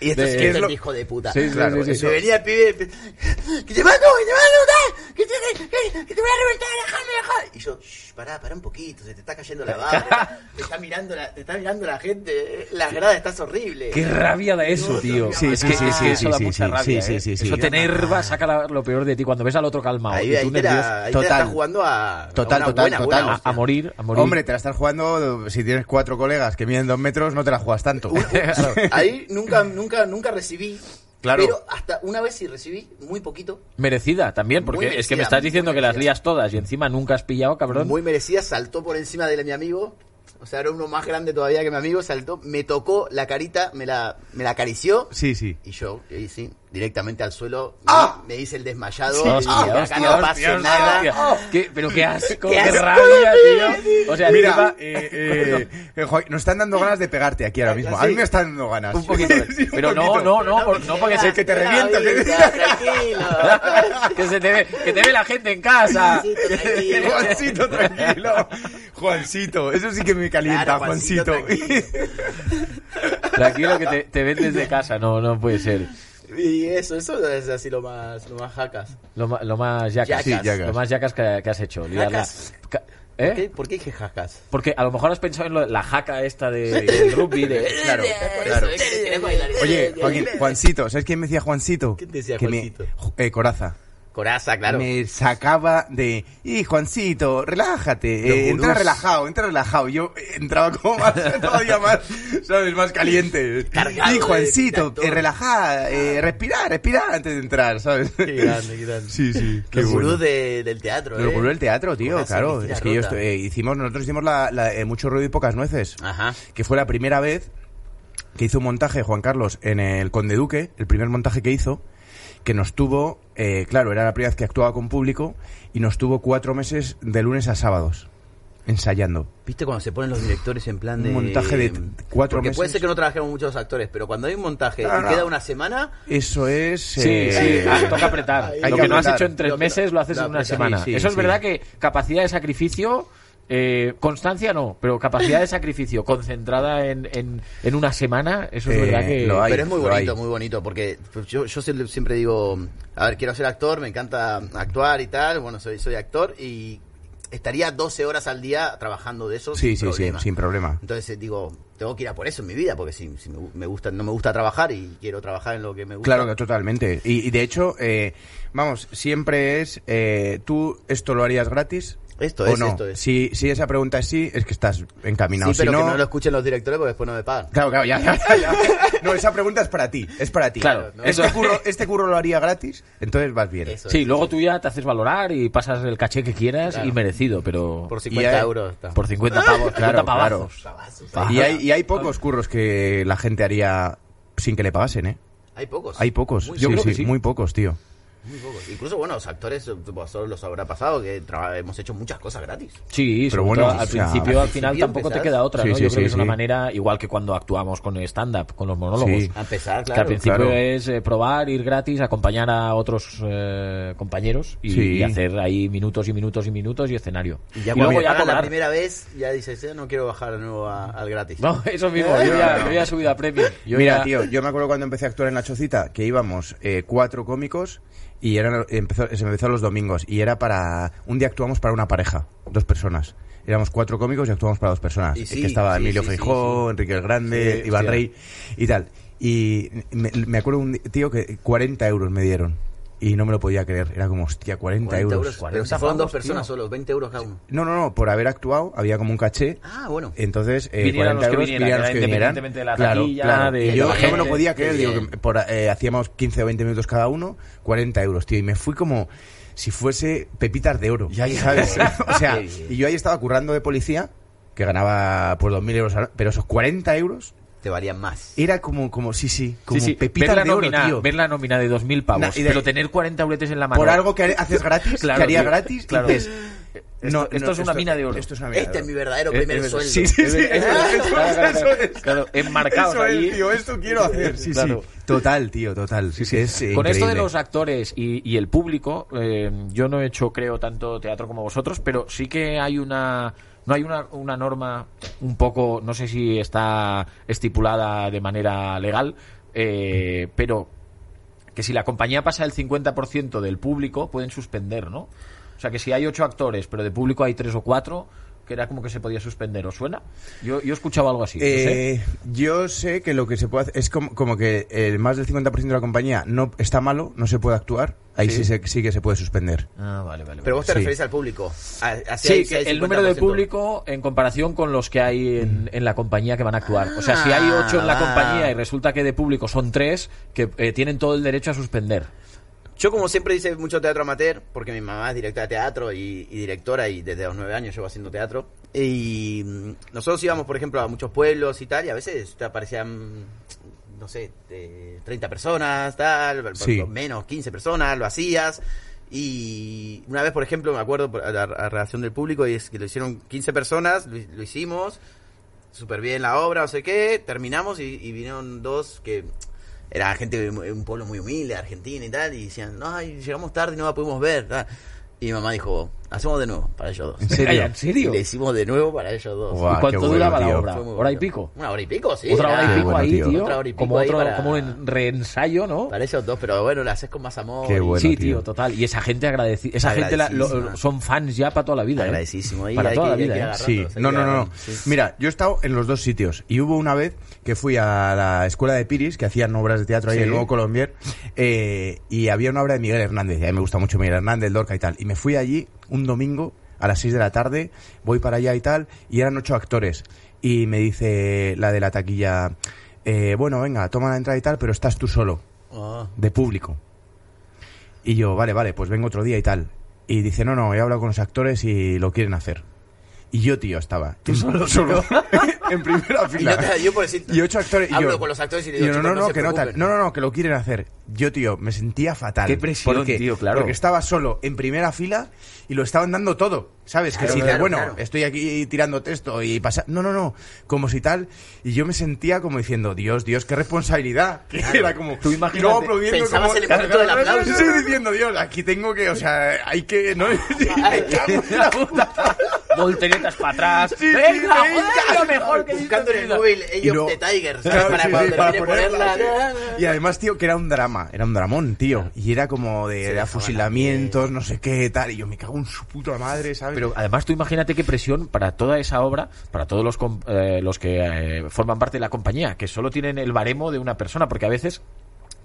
S3: y esto
S2: De-
S3: es
S2: ¿Qué
S3: que
S2: es
S3: es
S1: lo-
S3: un hijo de puta.
S1: Sí, claro,
S2: sí, sí, sí.
S1: eso-
S3: Me venía el pibe que te mando, que te mando, tal, que te, que, que te voy a reventar, déjame, déjame. Y yo, "Shh, pará, pará un poquito, se te está cayendo
S1: <laughs>
S3: la barra, te está mirando la, te está mirando la gente, las gradas estás horrible.
S2: Qué rabia da eso, tío.
S1: Sí, es que sí, sí,
S2: Eso
S1: sí,
S2: da
S1: sí,
S2: mucha
S1: sí,
S2: rabia,
S1: sí,
S2: ¿eh?
S1: sí, sí,
S2: Eso
S1: sí.
S2: te enerva, saca la- lo peor de ti cuando ves al otro calmado.
S3: Ahí,
S2: y
S3: ahí
S2: tú
S3: te la-
S2: nervioso.
S3: ahí te la
S1: Total.
S3: estás jugando a,
S1: Total,
S3: a una
S1: total,
S3: buena,
S1: total.
S3: buena,
S2: A, a
S1: <laughs>
S3: hostia.
S2: morir, a morir.
S1: Hombre, te la estás jugando. Si tienes cuatro colegas que miden dos metros, no te la juegas tanto.
S3: Ahí nunca, nunca, nunca recibí.
S1: Claro.
S3: Pero hasta una vez sí recibí, muy poquito,
S2: merecida también, porque
S3: Muy
S2: es que me
S3: merecida,
S2: estás
S3: muy
S2: diciendo que las
S3: merecida.
S2: lías todas y encima nunca has pillado, cabrón.
S3: muy merecida, saltó por encima de la- mi amigo. O sea, era uno más grande todavía que mi amigo, saltó, me tocó la carita, me la, me la acarició.
S1: Sí, sí.
S3: Y yo, y sí, directamente al suelo,
S1: ¡Ah!
S3: me, me hice el desmayado.
S2: Hostia,
S3: y dije,
S2: hostia,
S3: acá no pasa
S2: hostia,
S3: nada.
S2: hostia. Qué- pero qué asco, qué,
S3: Qué asco,
S2: rabia, tío. O sea,
S1: Mira,
S2: encima-
S1: eh, eh, eh, Joaquín, nos están dando ganas de pegarte aquí ahora mismo. A mí me están dando ganas.
S2: un poquito. de-
S1: Sí, un
S2: pero no,
S1: poquito.
S2: no,
S3: Ah,
S2: no, por- no, porque
S1: Es
S2: se,
S1: que te
S3: Mira,
S1: reviento, que-
S3: mira,
S1: <laughs>
S3: Tranquilo.
S2: <laughs> que se te ve, que te ve la gente en casa.
S3: Sí,
S2: <laughs>
S3: tranquilo.
S1: Juancito, tranquilo. Juancito, eso sí que me calienta,
S3: Claro,
S1: Juancito.
S3: Juancito,
S2: Tranquilo que te, te ven desde casa, no, no puede ser.
S3: Y eso, eso es así lo más, lo más jacas.
S2: Lo, ma- lo más yacas.
S3: Sí,
S1: yacas.
S2: Lo más yacas que, que has hecho. liarla.
S3: Yacas.
S2: Ca-
S3: ¿Por,
S2: ¿Eh?
S3: qué, por qué dije jacas?
S2: Porque a lo mejor has pensado en lo- la jaca esta de, del rugby. De,
S1: Claro, claro. Oye, Joaquín, Juancito, ¿sabes quién me decía Juancito?
S3: ¿Quién te decía
S1: Que me-
S3: Juancito?
S1: Ju- eh, Coraza.
S3: Coraza, claro.
S1: Me sacaba de, y Juancito, relájate,
S3: Los
S1: eh, entra
S3: gurús.
S1: relajado, entra relajado. Yo eh, entraba como <laughs> más, todavía más, ¿sabes? Más caliente.
S3: Cargado
S1: y
S3: de
S1: Juancito,
S3: picantón.
S1: eh, relajá, eh, respirá, respirá antes de entrar, ¿sabes?
S3: Qué grande, qué grande.
S1: Sí, sí, qué
S3: Los
S1: bueno.
S3: gurús de- del teatro,
S1: Los
S3: ¿eh?
S1: gurús del teatro, tío,
S3: Coraza,
S1: claro.
S3: Cristina
S1: Es que yo
S3: Rota.
S1: estu- eh, hicimos, nosotros hicimos la, la, eh, mucho ruido y pocas nueces
S3: Ajá.
S1: que fue la primera vez que hizo un montaje Juan Carlos en el Conde Duque, el primer montaje que hizo, que nos tuvo, eh, claro, era la primera vez que actuaba con público, y nos tuvo cuatro meses de lunes a sábados ensayando.
S3: ¿Viste cuando se ponen los directores en plan
S1: Un
S3: de.
S1: montaje de t- cuatro
S3: Porque puede
S1: meses.
S3: ser que no trabajemos muchos actores, pero cuando hay un montaje
S1: No,
S3: y
S1: no.
S3: queda una semana.
S1: Eso es...
S2: Sí,
S1: eh,
S2: sí, ah, toca apretar.
S3: Hay
S2: lo que,
S1: que
S2: no has
S1: apretar.
S2: hecho en tres
S3: Lo que
S2: meses
S3: no-
S2: lo haces
S3: lo
S2: en una
S3: apretas.
S2: semana.
S1: Sí, sí,
S2: Eso es
S1: sí.
S2: verdad que capacidad de sacrificio, eh, constancia no, pero capacidad de sacrificio concentrada en, en, en una semana, eso es
S1: Eh,
S2: verdad que...
S1: lo hay.
S3: pero es muy
S1: lo
S3: bonito,
S1: hay.
S3: muy bonito, porque yo, yo siempre- siempre digo, a ver, quiero ser actor, me encanta actuar y tal, bueno, soy, soy actor y estaría 12 horas al día trabajando de eso.
S1: Sí,
S3: sin
S1: sí, sí,
S3: problema.
S1: sin problema.
S3: Entonces eh, digo, tengo que ir a por eso en mi vida, porque si, si me, gu- me gusta, no me gusta trabajar y quiero trabajar en lo que me gusta.
S1: Claro que totalmente. Y, y de hecho, eh, vamos, siempre es, eh, ¿tú esto lo harías gratis?
S3: Esto
S1: o
S3: es,
S1: no?
S3: esto es.
S1: Si, si esa pregunta es sí, es que estás encaminado.
S3: sí, pero
S1: si
S3: que no lo escuchen los directores porque después no me pagan.
S1: Claro, claro, ya, ya, ya. No, esa pregunta es para ti, es para ti.
S2: Claro,
S1: ¿no? este,
S2: eso-
S1: curro, este curro lo haría gratis, entonces vas bien.
S3: Eso
S2: Sí,
S3: es,
S2: luego tú ya te haces valorar y pasas el caché que quieras
S3: Claro.
S2: y merecido, pero...
S3: Por
S2: Por,
S1: Y
S3: 50
S1: hay-
S3: euros. está.
S2: 50 pavos, 50
S1: Claro,
S2: pavazos.
S3: Pavazos,
S2: Pa-
S1: Y hay, y hay pocos curros que la gente haría sin que le pagasen, ¿eh?
S3: Hay pocos.
S1: Hay pocos,
S3: Muy
S1: sí,
S2: creo
S1: sí,
S2: que sí.
S1: muy pocos, tío.
S3: Muy pocos. Incluso, bueno, los actores, eh, vosotros los habrá pasado, que tra- hemos hecho muchas cosas gratis.
S2: Sí,
S1: Pero
S2: sobre
S1: bueno,
S2: todo
S1: o
S2: al
S1: sea,
S2: principio,
S1: al
S2: al final
S3: principio
S2: tampoco te
S3: empezás.
S2: queda otra,
S1: Sí,
S2: ¿no?
S1: sí,
S2: Yo creo
S1: sí,
S2: que es una
S1: sí.
S2: manera, igual que cuando actuamos con stand-up, con los monólogos.
S1: Sí.
S3: A empezar,
S2: que
S3: claro.
S2: al principio
S1: claro.
S2: es eh, probar, ir gratis, acompañar a otros eh, compañeros y,
S1: Sí.
S2: y hacer ahí minutos y minutos y minutos y escenario.
S3: Y ya
S2: luego
S3: cuando
S2: ya
S3: pagan la
S2: cobrar.
S3: primera vez, ya dices, eh, no quiero bajar de nuevo a- al gratis.
S2: No, eso mismo, yo ya, yo ya he subido a premium. Yo
S1: Mira,
S2: ya-
S1: tío, yo me acuerdo cuando empecé a actuar en La Chocita, que íbamos eh, cuatro cómicos y eran, empezó, se empezó los domingos. Y era para... Un día actuamos para una pareja, dos personas. Éramos cuatro cómicos y actuamos para dos personas.
S3: Y
S1: Eh,
S3: sí,
S1: que estaba
S3: sí,
S1: Emilio
S3: sí, sí,
S1: Feijó,
S3: sí.
S1: Enrique el Grande,
S3: Sí,
S1: Iván
S3: hostia.
S1: Rey y tal. Y me, me acuerdo un tío que 40 euros me dieron. Y no me lo podía creer. Era como, hostia, 40,
S3: 40 euros.
S1: euros.
S3: Pero
S2: 40
S3: se fueron dos
S2: pavos,
S3: personas
S2: tío.
S3: solo, 20 euros cada uno.
S1: No, no, no. Por haber actuado había como un caché.
S3: Ah, bueno.
S1: Entonces, eh,
S2: Vinieran
S1: 40
S2: los que
S1: euros,
S2: vinieran,
S1: vinieran
S2: era
S1: los que vinieran.
S2: independientemente de la
S1: Claro,
S2: taquilla,
S1: claro.
S2: de-
S1: Y yo,
S3: de la
S1: yo me lo
S3: gente.
S1: podía creer,
S3: Qué
S1: digo,
S3: bien.
S1: que por, eh, hacíamos 15 o 20 minutos cada uno, 40 euros, tío. Y me fui como si fuese pepitas de oro, ¿sabes? <laughs> o sea,
S3: Qué bien.
S1: y yo ahí estaba currando de policía, que ganaba pues 2.000 euros, al- pero esos 40 euros
S3: te valían más.
S1: Era como, como sí, sí, como
S2: sí, sí.
S1: pepita
S2: ver, la
S1: de oro,
S2: nómina,
S1: tío.
S2: ver la nómina de 2.000 pavos,
S1: Na- y de-
S2: pero tener 40 euletes en la mano.
S1: Por algo que haces gratis,
S2: <laughs> Claro,
S1: que haría
S2: tío.
S1: gratis,
S2: Claro.
S1: y dices,
S2: Esto- esto es una mina de oro.
S1: Esto es una mina
S3: Este
S1: de
S3: es mi
S1: oro.
S3: verdadero
S2: Eh,
S3: primer
S2: eso es.
S3: sueldo.
S2: Sí, sí,
S3: <laughs>
S2: sí.
S1: Eso es, eso es.
S2: Claro, enmarcados
S1: Eso es,
S2: ahí.
S1: tío, esto quiero hacer. Sí,
S2: Claro.
S1: sí. Total, tío, total. Sí, sí, es
S2: Con esto de
S1: increíble.
S2: los actores y, y el público, eh, yo no he hecho, creo, tanto teatro como vosotros, pero sí que hay una. No hay una, una norma un poco, no sé si está estipulada de manera legal, eh, pero que si la compañía pasa el 50% del público, pueden suspender, ¿no? O sea, que si hay ocho actores, pero de público hay tres o cuatro, que era como que se podía suspender, ¿os suena? Yo, yo he escuchado algo así. no sé.
S1: Eh, Yo sé que lo que se puede hacer es como, como que el más del 50% de la compañía no está malo, no se puede actuar. Ahí sí, se- sí que se puede suspender.
S2: Ah, vale, vale. vale.
S3: Pero vos te
S1: Sí.
S3: referís al público. a- a si
S2: Sí,
S3: hay- si
S2: que
S3: hay
S2: el número de
S3: 50%.
S2: público en comparación con los que hay en, en la compañía que van a actuar. O sea, si hay ocho en la
S3: Mm. Ah.
S2: compañía y resulta que de público son tres, que eh, tienen todo el derecho a suspender.
S3: Yo, como siempre, hice mucho teatro amateur, porque mi mamá es directora de teatro y, y directora, y desde los nueve años llevo haciendo teatro. Y mm, nosotros íbamos, por ejemplo, a muchos pueblos y tal, y a veces te aparecían, no sé, eh, 30 personas, tal,
S1: Sí.
S3: menos 15 personas, lo hacías. Y una vez, por ejemplo, me acuerdo por- a la a reacción del público, y es que lo hicieron 15 personas, lo, lo hicimos, súper bien la obra, no sé qué, terminamos y, y vinieron dos que era gente de mu- un pueblo muy humilde, Argentina y tal, y decían, no, ay, llegamos tarde y no la pudimos ver. tal". Y mi mamá dijo, hacemos de nuevo para ellos dos.
S1: serio?
S2: Ay, Eh, ¿en serio?
S3: Y le hicimos de nuevo para ellos dos.
S1: Guau,
S2: ¿Y cuánto
S1: qué bueno,
S2: duraba la
S1: tío.
S2: obra?
S3: Fue muy
S2: ¿Hora y
S3: bueno.
S2: pico?
S3: Una hora y pico, sí.
S2: Otra hora
S3: era-
S2: y pico
S1: bueno,
S2: ahí,
S1: tío.
S2: tío.
S3: Otra hora y pico
S2: como,
S3: ahí
S2: otro,
S3: para-
S2: como un reensayo, ¿no?
S3: Para ellos dos, pero bueno, la haces con más amor.
S1: Qué
S3: y-
S1: bueno,
S2: sí,
S1: tío.
S2: tío, total. Y esa gente agradecida. Esa gente la- lo-
S3: Agradecidísima.
S2: son fans ya para toda la vida. ¿eh?
S3: Agradecidísimo. Ahí
S2: Para
S3: hay
S2: toda
S3: que-
S2: la
S3: hay
S2: vida.
S3: que
S2: ¿eh?
S3: agarrar.
S1: Sí,
S3: ratos, hay
S1: no,
S3: que
S1: no, no,
S3: agarrar
S1: no.
S3: ratos, sí.
S1: Mira, yo he estado en los dos sitios y hubo una vez que fui a la escuela de Piris, que hacían obras de teatro ahí
S2: Sí.
S1: en el Nuevo Colombier, eh, y había una obra de Miguel Hernández, y a mí me gusta mucho Miguel Hernández, Lorca y tal, y me fui allí un domingo a las 6 de la tarde, voy para allá y tal, y eran ocho actores, y me dice la de la taquilla, eh, bueno, venga, toma la entrada y tal, pero estás tú solo
S3: Ah.
S1: de público. Y yo, vale, vale, pues vengo otro día y tal. Y dice, no, no, he hablado con los actores y lo quieren hacer. Y yo, tío, estaba. solo, solo. <laughs> en primera
S3: Y yo,
S1: fila.
S3: te- yo por decir,
S1: Y ocho actores. y
S3: hablo
S1: yo-
S3: con los actores y le digo,
S1: yo, no,
S3: "Chicos,
S1: no, no,
S3: se
S1: que no tal.
S3: preocupen".
S1: No, no, no, que lo quieren hacer. Yo, tío, me sentía fatal.
S2: Qué presión,
S1: porque,
S2: tío, claro.
S1: Porque estaba solo en primera fila y lo estaban dando todo. ¿Sabes?
S3: Claro,
S1: que si dices,
S3: claro,
S1: bueno,
S3: claro.
S1: estoy aquí tirando texto y pasa. No, no, no. Como si tal. Y yo me sentía como diciendo, Dios, Dios, qué responsabilidad. <laughs> Que era como.
S2: Tú
S1: y
S2: imagínate,
S1: luego aplaudiendo
S3: pensabas
S1: como.
S3: en el
S1: <laughs>
S3: momento del aplauso.
S1: Sí, diciendo, Dios, aquí tengo que. O sea, hay que. No, <laughs> hay que
S3: <laughs>
S2: <laughs> Volteretas para atrás.
S1: Sí, sí,
S2: venga,
S1: venga.
S2: joder, lo mejor que
S3: Buscando en el
S2: dices,
S3: móvil
S1: Y
S3: Age
S1: luego-
S3: of the Tiger, ¿sabes?
S1: Claro,
S3: para
S1: sí,
S3: cuando
S1: sí,
S3: te
S1: para
S3: quiere
S1: ponerla,
S3: ponerla.
S1: sí. Y además, tío, que era un drama, era un dramón, tío. Y era como de, de afusilamientos, no sé qué, tal. Y yo me cago en su puta madre, ¿sabes?
S2: Pero además tú imagínate qué presión para toda esa obra, para todos los, com- eh, los que eh, forman parte de la compañía, que solo tienen el baremo de una persona, porque a veces...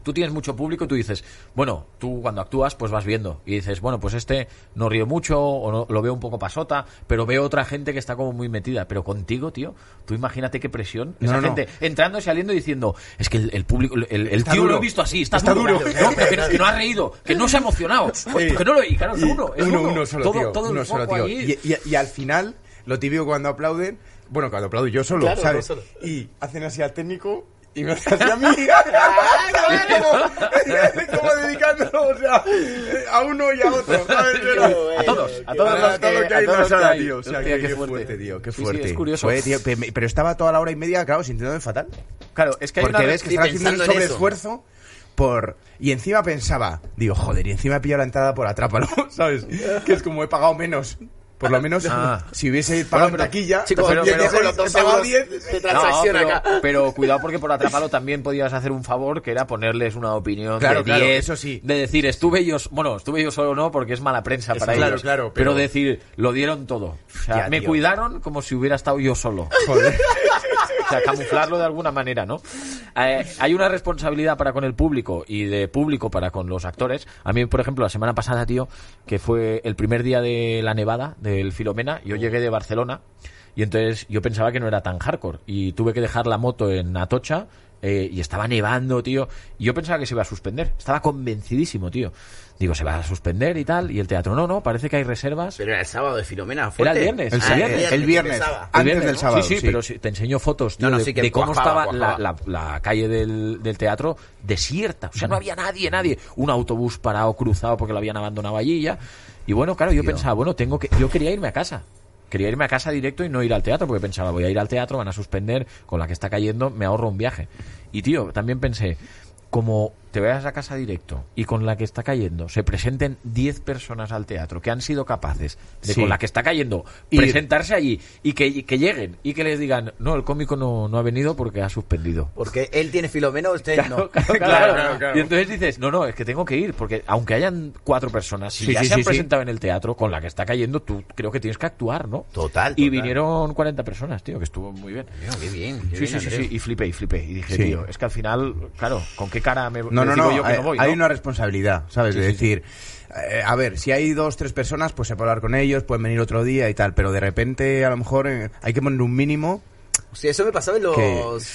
S2: Tú tienes mucho público y tú dices, bueno, tú cuando actúas pues vas viendo y dices, bueno, pues este no río mucho o no- lo veo un poco pasota, pero veo otra gente que está como muy metida, pero contigo, tío, tú imagínate qué presión.
S1: No,
S2: Esa
S1: no, no.
S2: gente entrando y saliendo y diciendo, es que el, el público, el, el
S1: Está
S2: tío
S1: duro.
S2: lo he visto así, está,
S1: Está
S2: duro,
S1: duro.
S2: <laughs> No, pero que no ha reído, que no se ha emocionado, Pues, que no lo y claro, es uno, es
S1: uno, uno solo,
S2: Todo-
S1: tío.
S2: todo el
S1: uno solo,
S2: foco
S1: tío.
S2: ahí.
S1: Y, y- y al final, lo típico cuando aplauden, bueno, cuando aplaudo yo solo,
S3: Claro,
S1: ¿sabes?
S3: yo solo.
S1: Y hacen así al técnico y me hacen
S2: <laughs>
S1: así a mí. <laughs> ¿Sabes? Como, <laughs> como dedicándolo, o sea, a uno y a otro, ¿sabes? Era-
S2: A todos, a
S1: a
S2: todos los
S1: todo lo que hay en la
S2: todos los que
S1: sala,
S2: hay.
S1: tío. O sea,
S2: Hostia,
S1: que-
S2: qué
S1: qué fuerte, tío, qué
S2: Sí, sí,
S1: fuerte.
S2: es curioso.
S1: Fue, tío, pe- pero estaba toda la hora y media, claro, sintiéndome fatal.
S2: Claro, es que hay
S1: Porque
S2: una...
S1: ves que
S3: y
S1: estaba haciendo un
S3: pensando en eso.
S1: sobreesfuerzo por... Y encima pensaba, digo, joder, y encima he pillado la entrada por atrápalo, <laughs> ¿sabes? Que es como he pagado menos. Por lo menos,
S2: Ah.
S1: si hubiese pagado en taquilla,
S3: Chicos,
S2: Pero-
S1: yo
S2: pero-
S1: dejo los
S3: dos
S1: he pagado 10.
S3: euros de
S2: No,
S3: transacción
S2: pero,
S3: acá.
S2: <laughs> pero cuidado porque por atraparlo también podías hacer un favor que era ponerles una opinión
S1: Claro,
S2: de
S1: claro,
S2: 10,
S1: eso sí.
S2: de decir estuve yo, bueno, estuve yo solo no porque es mala prensa
S1: Eso,
S2: para
S1: claro,
S2: ellos,
S1: claro,
S2: pero...
S1: pero-
S2: decir lo dieron todo, o sea,
S1: Ya,
S2: me
S1: tío.
S2: cuidaron como si hubiera estado yo solo.
S1: Joder.
S2: <laughs> O sea, camuflarlo de alguna manera, ¿no? Eh, hay una responsabilidad para con el público y de público para con los actores. A mí, por ejemplo, la semana pasada, tío, que fue el primer día de la nevada, del Filomena, yo llegué de Barcelona y entonces yo pensaba que no era tan hardcore y tuve que dejar la moto en Atocha eh, y estaba nevando, tío. Y yo pensaba que se iba a suspender. Estaba convencidísimo, tío. Digo, se va a suspender y tal. Y el teatro, no, no, parece que hay reservas.
S3: Pero era el sábado de Filomena.
S2: Era el viernes.
S1: El,
S2: Ah,
S1: viernes, el viernes,
S3: empezaba.
S2: El
S1: antes
S2: viernes,
S1: del
S2: ¿no?
S1: sábado.
S2: Sí, sí, pero sí, te enseño fotos tío,
S3: No, no,
S2: de,
S3: sí que
S2: de cómo
S3: cuajaba,
S2: estaba la,
S3: cuajaba.
S2: la- la calle del, del teatro desierta. O sea, no había nadie, nadie. Un autobús parado, cruzado, porque lo habían abandonado allí ya. Y bueno, claro, yo pensaba, bueno, tengo que, yo quería irme a casa. Quería irme a casa directo y no ir al teatro, porque pensaba, voy a ir al teatro, van a suspender, con la que está cayendo, me ahorro un viaje. Y tío, también pensé, como te vayas a casa directo y con la que está cayendo se presenten 10 personas al teatro que han sido capaces de
S1: Sí.
S2: con la que está cayendo
S1: Ir.
S2: presentarse allí y que, y que lleguen y que les digan, no, el cómico no, no ha venido porque
S1: <laughs>
S2: ha suspendido.
S3: Porque él tiene Filomena, usted no.
S2: Claro,
S3: Claro,
S2: claro.
S3: claro.
S2: Y entonces dices, no, no, es que tengo que ir, porque aunque hayan cuatro personas, si
S1: Sí,
S2: ya
S1: sí,
S2: se han
S1: sí, sí.
S2: presentado en el teatro con la que está cayendo, tú creo que tienes que actuar, ¿no?
S3: Total,
S2: Y
S3: total.
S2: vinieron 40 personas, tío, que estuvo muy bien.
S3: Mira, Qué bien. qué
S2: Sí,
S3: bien,
S2: sí, sí,
S3: Andrés.
S2: sí, y flipé, y flipé. Y dije,
S1: Sí.
S2: tío, es que al final, claro, ¿con qué cara me
S1: <laughs> No,
S2: les
S1: no,
S2: digo
S1: no.
S2: yo que
S1: hay,
S2: no voy?
S1: hay
S2: no?
S1: una responsabilidad, ¿sabes? de decir, eh, a ver, si hay dos, tres personas, pues se puede hablar con ellos, pueden venir otro día y tal, pero de repente a lo mejor eh, hay que poner un mínimo.
S3: Sí, eso me pasaba en
S1: Que-
S3: los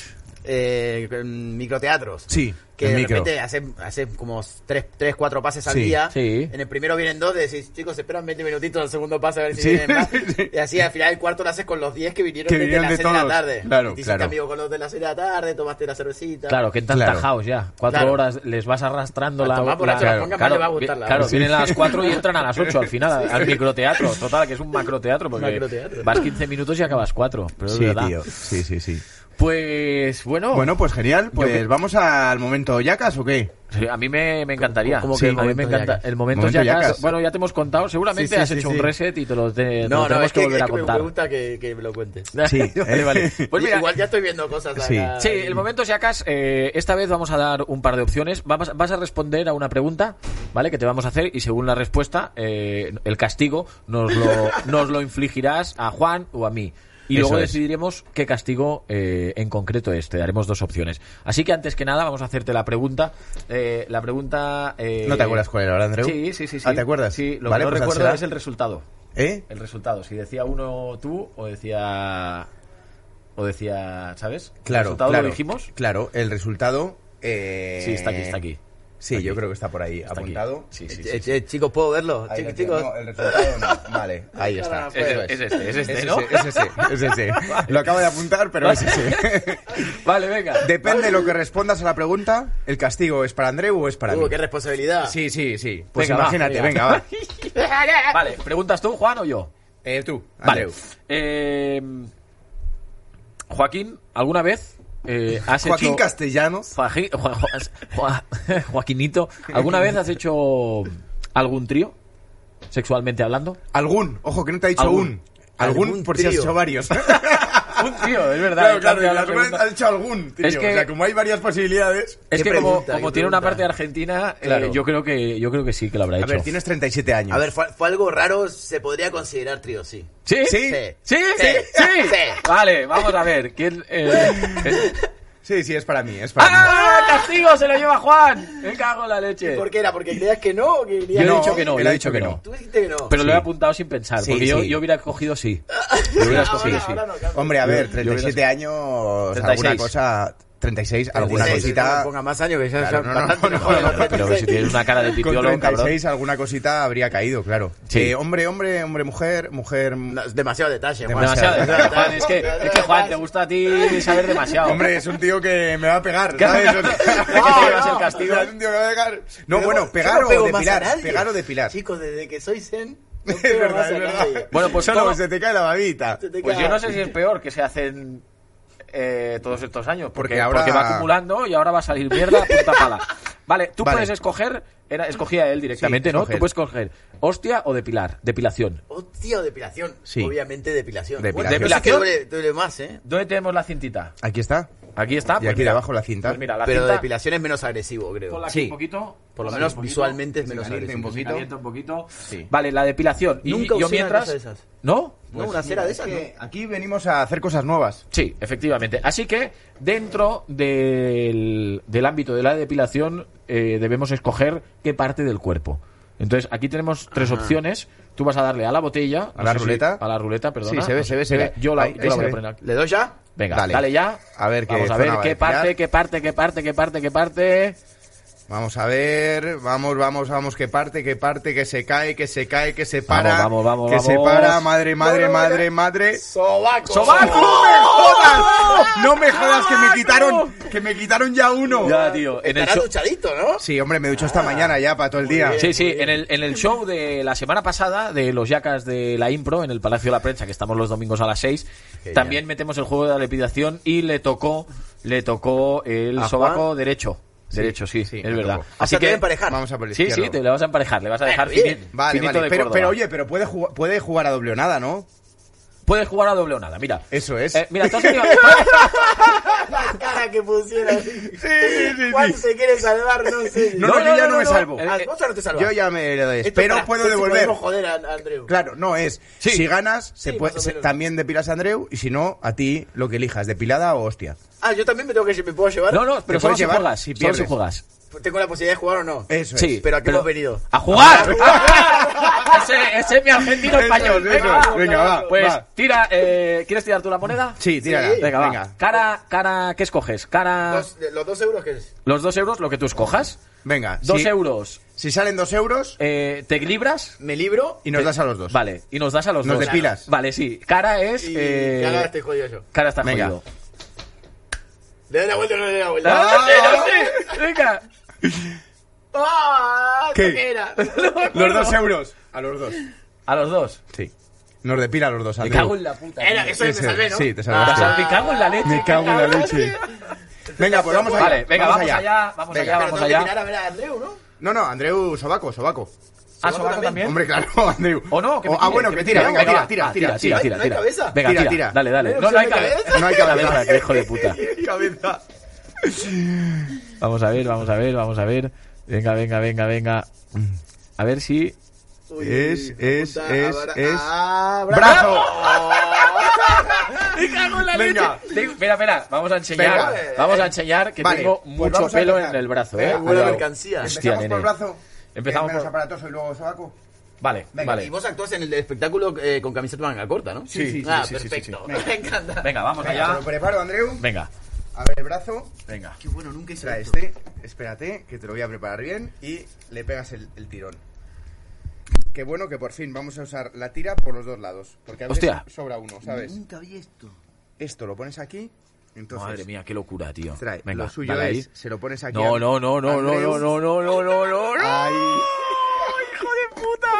S3: eh, en microteatros.
S1: Sí,
S3: Que
S1: el
S3: de
S1: micro.
S3: repente haces haces como tres, tres, cuatro pases al
S1: Sí,
S3: día.
S2: sí.
S3: En el primero vienen dos, decís, chicos, esperan 20 minutitos al segundo pase a ver si
S1: Sí,
S3: vienen más.
S1: <laughs> sí.
S3: Y así al final el cuarto lo haces con los 10 que vinieron,
S1: Que vinieron de
S3: desde las 6 de la
S1: todos,
S3: tarde.
S1: claro,
S3: y te hiciste
S1: claro.
S3: amigo con los de las 6 de la tarde, tomaste la cervecita.
S2: Claro, que están
S1: Claro.
S2: tajados ya. Cuatro
S3: Claro.
S2: horas les vas arrastrando
S3: A
S2: la.
S3: tomar por
S2: la-
S3: la
S2: claro,
S3: chaponga, más
S2: claro,
S3: le va a gustar la-
S2: claro,
S3: Sí.
S2: vienen a las cuatro y entran a las ocho al final,
S3: <laughs>
S2: al- al microteatro. Total, que es un macroteatro, porque
S3: Macroteatro.
S2: vas 15 minutos y acabas cuatro. Pero es
S1: Sí,
S2: verdad.
S1: tío. Sí, sí, sí.
S2: Pues bueno.
S1: Bueno, pues genial. Pues
S2: que-
S1: vamos al momento yacas o qué?
S2: sí, A mí me, me encantaría.
S3: ¿Cómo que el
S2: Sí, a mí me
S3: momento
S2: encanta.
S3: Jackass?
S2: El momento,
S1: Momento
S2: Jackass,
S1: Jackass.
S2: Bueno, ya te hemos contado. Seguramente
S3: Sí, sí,
S2: has
S3: sí,
S2: hecho
S3: sí.
S2: un reset y te lo, te- te lo
S3: No, no,
S2: tenemos
S3: es
S2: que,
S3: que,
S2: volver
S3: es
S2: a
S3: que me-
S2: contar. <laughs>
S3: me gusta que, que me lo cuentes.
S1: Sí. eh,
S2: Vale, vale. Pues mira,
S3: Igual ya estoy viendo cosas.
S1: Sí.
S3: acá.
S2: Sí, el momento si acaso, eh, esta vez vamos a dar un par de opciones. Vamos- Vas, a responder a una pregunta, ¿vale? Que te vamos a hacer y según la respuesta, eh, el castigo nos
S1: <laughs>
S2: lo, nos lo infligirás a Juan o a mí. Y
S1: Eso
S2: luego
S1: es.
S2: decidiremos qué castigo eh, en concreto es. Te daremos dos opciones. Así que antes que nada vamos a hacerte la pregunta. Eh, la pregunta... eh,
S1: ¿No te acuerdas cuál era, verdad, Andreu?
S2: Sí, sí, sí. sí.
S1: Ah, ¿te acuerdas?
S2: Sí, lo
S1: Vale,
S2: que no
S1: pues
S2: recuerdo
S1: hazla.
S2: es el resultado.
S1: ¿Eh?
S2: El resultado. Si decía uno tú o decía... O decía, ¿sabes? el
S1: Claro,
S2: resultado
S1: claro,
S2: lo dijimos.
S1: Claro, el resultado. eh,
S2: Sí, está aquí, está aquí.
S1: Sí,
S2: Está
S1: yo
S2: aquí.
S1: creo que está por ahí
S2: Está aquí.
S1: apuntado.
S2: Sí, sí,
S3: Eh,
S2: sí.
S3: eh, eh, chicos, ¿puedo verlo?
S1: Ahí
S3: Chi-
S1: lo tiene.
S3: chicos.
S1: No, el resultado no. Vale, ahí está.
S3: Es-
S1: Eso
S2: es este, es este,
S1: ese,
S2: ¿no?
S1: Es ese, es ese. Lo acabo de apuntar, pero es ese.
S2: Vale, venga.
S1: Depende de lo que respondas a la pregunta, el castigo es para Andreu o es para mí.
S3: Uh, qué responsabilidad.
S1: Sí, sí, sí. Pues
S2: Venga, va,
S1: imagínate,
S2: venga.
S1: venga, va.
S2: Vale, ¿preguntas tú, Juan, o yo?
S1: Eh, tú,
S2: Vale.
S1: Andreu.
S2: Eh, Joaquín, ¿alguna vez eh, has
S1: Joaquín
S2: hecho...
S1: Castellanos.
S2: Joaquín- <laughs> Jo- Jo- Jo- Joaquinito, ¿alguna vez has hecho algún trío? Sexualmente hablando.
S1: Algún, ojo que no te ha dicho
S2: Algún.
S1: un. Algún,
S3: Algún
S1: por si has
S3: tío.
S1: hecho
S2: <laughs>
S1: varios.
S2: Un trío, es
S1: claro, claro,
S2: cambia la
S1: la
S2: pregunta.
S1: segunda ha dicho algún, tío.
S2: Es que-
S1: O sea, como hay varias posibilidades.
S2: Es
S3: ¿Qué
S2: que como,
S3: pregunta,
S2: como
S3: qué
S2: tiene una
S3: pregunta?
S2: parte de Argentina, eh,
S1: Claro.
S2: yo creo que yo creo que sí que lo habrá
S1: A
S2: hecho.
S1: ver, tienes 37 años.
S3: A ver, fue, fue algo raro, se podría considerar trío, sí.
S2: ¿Sí?
S1: Sí.
S2: ¿Sí? ¿Sí?
S3: Sí.
S2: ¿Sí?
S3: <laughs> Sí.
S2: Vale, vamos a ver. ¿Quién,
S3: <laughs>
S2: eh, eh,
S1: Sí, sí, es para mí, es para mí.
S2: ¡Ah! ¡Castigo! ¡Se lo lleva Juan! ¡Me cago en la leche!
S3: ¿Por qué era? ¿Porque creías que no? o Que
S2: Yo
S3: creías
S2: he
S1: No,
S2: dicho que no,
S1: él
S2: yo
S1: ha
S2: he dicho
S1: dicho
S2: que
S1: que
S2: no.
S1: no.
S3: Tú dijiste que no.
S2: Pero lo he
S1: Sí.
S2: apuntado sin pensar,
S1: Sí,
S2: porque Yo,
S1: sí.
S2: yo hubiera cogido sí. Yo hubiera cogido sí.
S3: <laughs> ahora no, claro.
S1: Hombre, a ver,
S2: Yo- yo hubiera
S1: 37 años,
S2: 36.
S1: alguna cosa, 36, alguna
S3: 36, no
S1: cosita.
S3: me ponga más años que ya
S1: Claro,
S3: ya
S1: no, no,
S3: bastante
S1: no,
S3: me jode,
S1: no,
S3: bastante
S2: Pero
S3: me <laughs>
S2: si
S3: jode.
S2: tienes una cara de
S1: Con
S2: pitiólogo, cabrón.
S1: 36 alguna cosita habría caído, claro.
S2: Sí.
S1: Eh, hombre, hombre, hombre, mujer, mujer.
S3: No, es demasiado detalle, Juan. <laughs>
S2: Demasiado.
S3: Demasiado
S2: Juan, es que, es que Juan, te gusta a ti saber demasiado.
S1: Hombre, es un tío que me va a pegar, ¿sabes? O sea,
S3: <laughs>
S2: ¿Qué te llevas el
S1: o
S2: castigo?
S1: sea, es un tío que me va a pegar. No,
S3: Pero
S1: bueno,
S3: yo
S1: pegar
S3: no
S1: o
S3: pego más a
S1: depilar.
S3: nadie.
S1: Pegar o depilar. <laughs>
S3: Chicos, desde que soy zen, no
S1: Es
S3: pego más
S1: verdad,
S3: a
S1: es verdad.
S3: nadie.
S2: Bueno, pues
S1: solo
S2: ¿cómo?
S1: se te cae la babita.
S3: Se te
S2: Pues
S3: cae.
S2: yo no sé si es peor que se hacen eh, todos estos años, porque,
S1: Porque ahora-
S2: porque va acumulando y ahora va a salir
S1: <laughs>
S2: mierda a punta pala. Vale, tú
S1: Vale.
S2: puedes escoger, era, escogía él directamente,
S1: Sí,
S2: ¿no?
S1: escoger.
S2: Tú puedes escoger hostia o depilar, depilación.
S3: Hostia, depilación.
S1: Sí.
S3: Obviamente depilación.
S1: Depilación.
S3: Bueno, pero es que
S2: Depilación.
S3: duele, duele más, ¿eh?
S2: ¿Dónde tenemos la cintita?
S1: Aquí está.
S3: Ah,
S2: Aquí está.
S1: Y
S2: pues
S1: aquí
S2: mira.
S1: de abajo la cinta.
S2: Pues mira, la
S3: pero
S2: cinta,
S3: depilación es menos agresivo, creo.
S2: ponla aquí
S1: Sí.
S2: un poquito.
S3: Por
S2: ponla
S3: lo
S2: aquí
S3: menos
S2: un poquito,
S3: visualmente es
S1: se
S3: menos
S1: caliente
S3: agresivo.
S1: un
S2: se
S1: poquito.
S2: calienta un poquito.
S1: Sí.
S2: Vale, la depilación. Y
S3: Nunca
S2: yo
S3: usé una
S2: mientras...
S3: cosa de esas.
S2: ¿No?
S1: Pues
S3: no, una cera de esas, ¿no?
S1: Aquí venimos a hacer cosas nuevas.
S2: Sí, efectivamente. Así que dentro del, del ámbito de la depilación eh, debemos escoger qué parte del cuerpo. Entonces, aquí tenemos tres opciones. Tú vas a darle a la botella.
S1: ¿A la
S2: sé si-
S1: ruleta?
S2: a la ruleta, perdona.
S1: Sí, se ve,
S2: No sé.
S1: se ve, se ve.
S2: Mira, Yo la,
S1: Ahí,
S2: yo
S1: ahí
S2: la
S1: se
S2: voy a
S1: ve.
S2: poner aquí.
S3: ¿Le doy ya?
S2: Venga, dale.
S1: Dale.
S2: ya.
S1: A ver qué
S2: Vamos a
S1: zona
S2: ver
S1: va a
S2: qué
S1: depilar.
S2: parte, qué parte, qué parte, qué parte, qué parte.
S1: Vamos a ver, vamos, vamos, vamos, que parte, que parte, que se cae, que se cae, que se para.
S2: vamos, vamos,
S1: que se
S2: vamos.
S1: para, madre, madre,
S3: No, ¡Ah, no,
S1: madre, madre.
S3: ¡Sobaco!
S1: ¡Sobaco! ¡No me jodas! ¡No me jodas
S3: ¡Ah,
S1: que me quitaron, que me quitaron ya uno!
S2: Ya, tío. En el show-
S3: Estará duchadito,
S2: <laughs>
S3: ¿no?
S1: Sí, hombre, me ducho esta mañana ya para todo el día.
S2: Sí, sí, en el, en el show de la semana pasada de los yacas de la impro en el Palacio de la Prensa, que estamos los domingos a las 6,
S3: Genial.
S2: también metemos el juego de la lapidación y le tocó le tocó el
S3: ¿A Juan?
S2: sobaco derecho. Derecho, sí,
S1: sí,
S2: es
S1: me
S2: verdad.
S1: tocó.
S3: O
S2: Así
S3: sea, te voy a
S2: que
S3: emparejar.
S1: Vamos a por el
S2: Sí, sí,
S1: izquierdo.
S2: te le vas a emparejar, le vas a dejar
S3: Bueno, bien.
S2: fini-
S1: Vale,
S2: finito
S1: vale,
S2: de
S1: pero,
S2: Córdoba.
S1: pero oye, pero puede, jugar- puede jugar a doble o nada, ¿no?
S2: Puedes jugar a doble o nada, mira.
S1: Eso es.
S2: Eh, mira, tú
S1: <laughs>
S2: has tenido-
S3: La cara que pusieron. Sí,
S1: sí, sí.
S3: ¿Cuánto se quiere salvar? No sé.
S2: <laughs>
S1: No, no, yo ya no me salvo.
S2: Eh,
S3: Ah,
S2: eh,
S3: vos ya no te salvas.
S1: Yo ya me lo
S3: Esto
S1: espero,
S3: para- este
S1: puedo
S3: esto sí
S1: devolver.
S3: podemos joder a a Andreu.
S1: Claro, no es.
S2: Sí.
S1: Si ganas, se
S3: Sí,
S1: puede,
S3: más o
S1: se-
S3: menos.
S1: también depilas a Andreu y si no, a ti lo que elijas, depilada o hostia.
S3: Ah, yo también me tengo que me puedo llevar.
S2: No, no,
S1: Te
S2: pero
S1: puedes
S2: solo si
S1: llevar
S2: juegas,
S1: si
S2: solo si
S1: pierdes.
S2: juegas.
S3: ¿Tengo la posibilidad de jugar o no?
S1: Eso
S2: Sí,
S1: es.
S3: pero ¿a qué hemos venido?
S2: ¡A
S1: <laughs>
S2: jugar! <laughs> ese, ese es mi argentino
S1: Eso
S2: español.
S1: es, eso
S2: venga.
S1: es. Venga, va,
S2: Pues
S1: va.
S2: tira, eh, ¿quieres tirar tú la moneda?
S1: Sí, tírala.
S3: Sí.
S2: Venga, va.
S1: venga.
S2: Cara, cara, ¿qué escoges?
S1: ah.
S2: Cara.
S3: Dos- de- los dos euros que es.
S2: Los dos euros, lo que tú escojas.
S1: Venga,
S2: Dos
S1: si,
S2: euros.
S1: si salen dos euros
S2: eh, ¿Te libras?
S3: Me libro
S1: y nos das a los dos.
S2: Vale, y nos das a los
S1: Nos
S2: dos.
S1: depilas.
S2: Vale, sí. Cara es.
S3: y
S2: eh,
S3: ya ahora estoy jodido yo.
S2: Cara está
S1: Venga.
S2: jodido.
S3: Le doy la vuelta o no le doy la vuelta.
S2: ¡Ah, sí, sí! ¡Venga!
S3: ¡Ah!
S1: ¿Qué? <laughs>
S3: ¿Qué era?
S1: Los dos euros. A los dos.
S2: A los dos.
S1: Sí. Nos depila a los dos,
S2: Me
S1: Andreu.
S2: cago en la puta.
S3: Era,
S2: tío.
S3: eso me
S1: Ese,
S3: salvé, ¿no? Ah.
S1: sí, te
S2: O
S1: salvaste.
S2: sea, me cago en la leche.
S1: Me
S2: <laughs>
S1: cago en la leche. Venga, pues vamos allá.
S2: Vale, venga, vamos allá, vamos
S1: Venga.
S2: allá,
S3: Pero
S2: vamos
S3: tengo que
S2: allá.
S3: tirar a ver a Andreu, ¿no?
S1: No, no, Andreu, sobaco, sobaco.
S2: ¿Ah,
S3: ¿Sobaco
S2: sobaco también?
S3: también?
S1: Hombre, claro, <laughs> Andreu.
S2: ¿O no? que me
S1: ah,
S2: tire,
S1: bueno, que,
S2: me
S1: tira,
S2: tire.
S1: venga,
S2: va.
S1: tira, tira,
S2: Ah,
S1: tira, tira.
S3: tira. ¿No hay cabeza?
S2: Venga,
S1: Tira,
S2: tira,
S1: tira.
S2: Dale, dale.
S3: ¿No
S2: No,
S3: hay
S2: no hay
S3: opción de
S2: cabeza.
S3: cabeza?
S1: No hay cabeza.
S2: <laughs> qué hijo de puta.
S1: Cabeza.
S2: Vamos a ver, vamos a ver, vamos a ver. Venga, venga, venga, venga. A ver si.
S3: Uy,
S1: Es,
S3: hijo de
S1: es,
S3: puta,
S1: es,
S3: abra-
S1: es.
S3: Ah, bra-
S1: ¡Brazo!
S2: ¡Me cago en la
S1: Venga.
S2: leche! Tengo- Espera, espera, vamos a enseñar.
S1: Venga.
S2: Vamos a enseñar que
S1: Vale,
S2: tengo
S1: pues
S2: mucho
S1: vamos a
S2: pelo en
S1: empezar.
S2: el brazo,
S1: Venga,
S2: eh.
S1: buena
S2: Cuidado.
S3: mercancía.
S2: Hostia,
S1: Empezamos por
S2: nene.
S1: el brazo.
S2: Empezamos
S1: Eh, menos
S2: por-
S1: aparatoso y luego sobaco.
S2: Vale,
S1: Venga,
S2: vale.
S3: Y vos actúas en el espectáculo eh, con camiseta manga corta, ¿no?
S1: Sí, sí, sí,
S3: Ah,
S1: sí, sí, sí,
S3: perfecto. <laughs> Me encanta.
S2: Venga, vamos
S1: Venga, se
S2: allá.
S1: lo preparo, Andreu.
S2: Venga,
S1: A ver, el brazo.
S2: venga.
S3: Qué bueno, nunca hice
S1: Será
S3: esto.
S1: este. Espérate, que te lo voy a preparar bien. Y le pegas el, el tirón. Qué bueno que por fin vamos a usar la tira por los dos lados. Porque a veces
S2: Hostia.
S1: sobra uno, este, ¿sabes?
S3: Nunca vi esto.
S1: Esto lo pones aquí. Entonces,
S2: Madre mía, qué locura, tío.
S1: Trae,
S2: Venga,
S1: lo suyo
S2: dale ahí.
S1: es, se lo pones aquí.
S2: No,
S1: a-
S2: no, no, no, no,
S1: Andreu.
S2: no, no, no, no, no, no, no.
S1: Ahí.
S2: ¡Hijo de puta!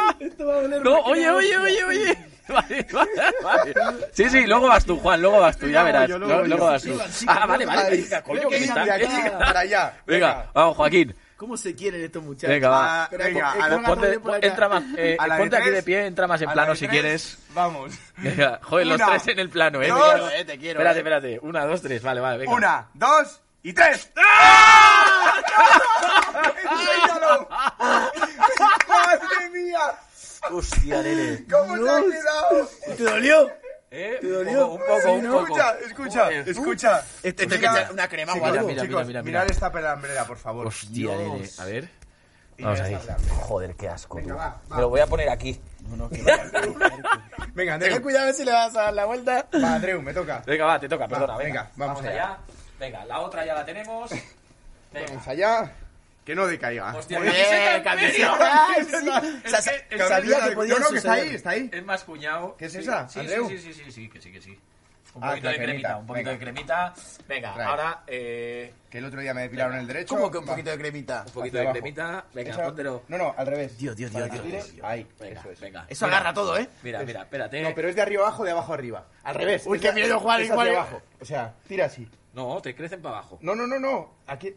S2: No, oye, oye, oye, oye. <laughs> Vale, vale, vale. Sí, sí, luego vas tú, Juan, luego vas tú, ya
S1: Luego
S2: verás.
S1: yo,
S2: Luego,
S1: luego yo.
S2: luego vas tú. Ah, vale, vale.
S1: Ahí.
S2: Venga, coño,
S1: Creo
S2: que
S1: que
S2: está.
S1: de aquí para allá.
S2: Venga, vamos, Joaquín.
S3: ¿Cómo se quieren estos muchachos?
S2: Venga, va.
S1: Ah, venga,
S2: Pon-
S1: a la-
S2: pon- ponte-
S3: por acá.
S2: entra más, eh,
S1: A la de
S2: ponte aquí
S1: tres.
S2: de pie, entra más en
S1: A la
S2: plano
S1: de
S2: si
S1: tres,
S2: quieres.
S1: Vamos.
S2: Venga, joder, los
S1: Una,
S2: tres en el plano, eh.
S1: dos,
S2: Venga, no,
S3: eh, te quiero,
S2: Espérate,
S3: eh.
S2: espérate. Una, dos, tres, vale, vale, venga.
S1: Una, dos y <laughs> tres. ¡Ah! <laughs> ¡Enséñalo! ¡Madre mía!
S3: Hostia, nene.
S1: ¿Cómo te ha quedado?
S3: ¿Te dolió?
S2: Eh,
S3: ¿Te dolió?
S2: Un poco, un poco. un poco.
S1: Escucha, escucha, escucha.
S3: Este- este
S1: Mira,
S3: que echa una crema
S1: chicos,
S2: guay. Mira, mira,
S1: chicos,
S2: mira, mira,
S1: mirad
S2: mira.
S1: esta pelambrera, por favor.
S2: Hostia,
S3: Dios.
S2: nene. A ver.
S1: Y
S2: Vamos
S1: mirad
S2: ahí.
S1: esta pelambrera.
S2: Joder, qué asco.
S1: Venga,
S2: tú.
S1: va, va.
S2: Me lo voy a poner aquí.
S3: <laughs>
S1: Venga,
S2: Eh.
S1: Andreu.
S3: cuidado si le vas a dar la vuelta.
S1: Va, Andreu, me toca.
S2: Venga, va, te toca, perdona.
S1: Va,
S2: venga,
S1: venga, vamos allá.
S2: Venga, la otra ya
S1: <laughs>
S2: la tenemos. Venga.
S1: Vamos allá. Que no decaiga.
S2: Eh. Hostia,
S1: Oye,
S2: camiseta en
S1: <laughs>
S2: medio.
S3: Sa- sa-
S2: que-
S3: Sabía que podía
S1: No, no, que está ahí,
S3: suceder.
S1: está ahí.
S2: Es más cuñado.
S1: ¿Qué es
S2: Sí,
S1: esa,
S2: Sí, sí,
S1: Andreu?
S2: sí, sí, sí, sí, que sí, que sí. Un
S1: Ah,
S2: poquito
S1: la
S2: de cremita,
S1: cremita,
S2: un poquito
S1: venga.
S2: de cremita. Venga,
S1: Trae.
S2: ahora. Eh,
S1: Que el otro día me depilaron el derecho.
S3: ¿Cómo que un
S1: Va.
S3: poquito de cremita?
S2: un poquito
S1: Hacia
S2: de
S1: abajo.
S2: cremita. Venga,
S1: Eso-
S2: póntelo.
S1: No, no, al revés.
S3: Dios, Dios,
S1: Para
S3: Dios,
S1: que
S3: Dios,
S1: tire.
S3: Dios.
S1: Ahí,
S2: Venga,
S1: eso es.
S2: venga.
S3: Eso agarra todo, ¿eh?
S2: Mira, mira, espérate.
S1: No, pero es de arriba abajo, de abajo arriba.
S3: Al revés. Uy, qué miedo, Juan,
S1: Es
S3: Juan.
S1: hacia abajo. O sea, tira así.
S2: No, te crecen para abajo.
S1: No, no, no, no. Aquí,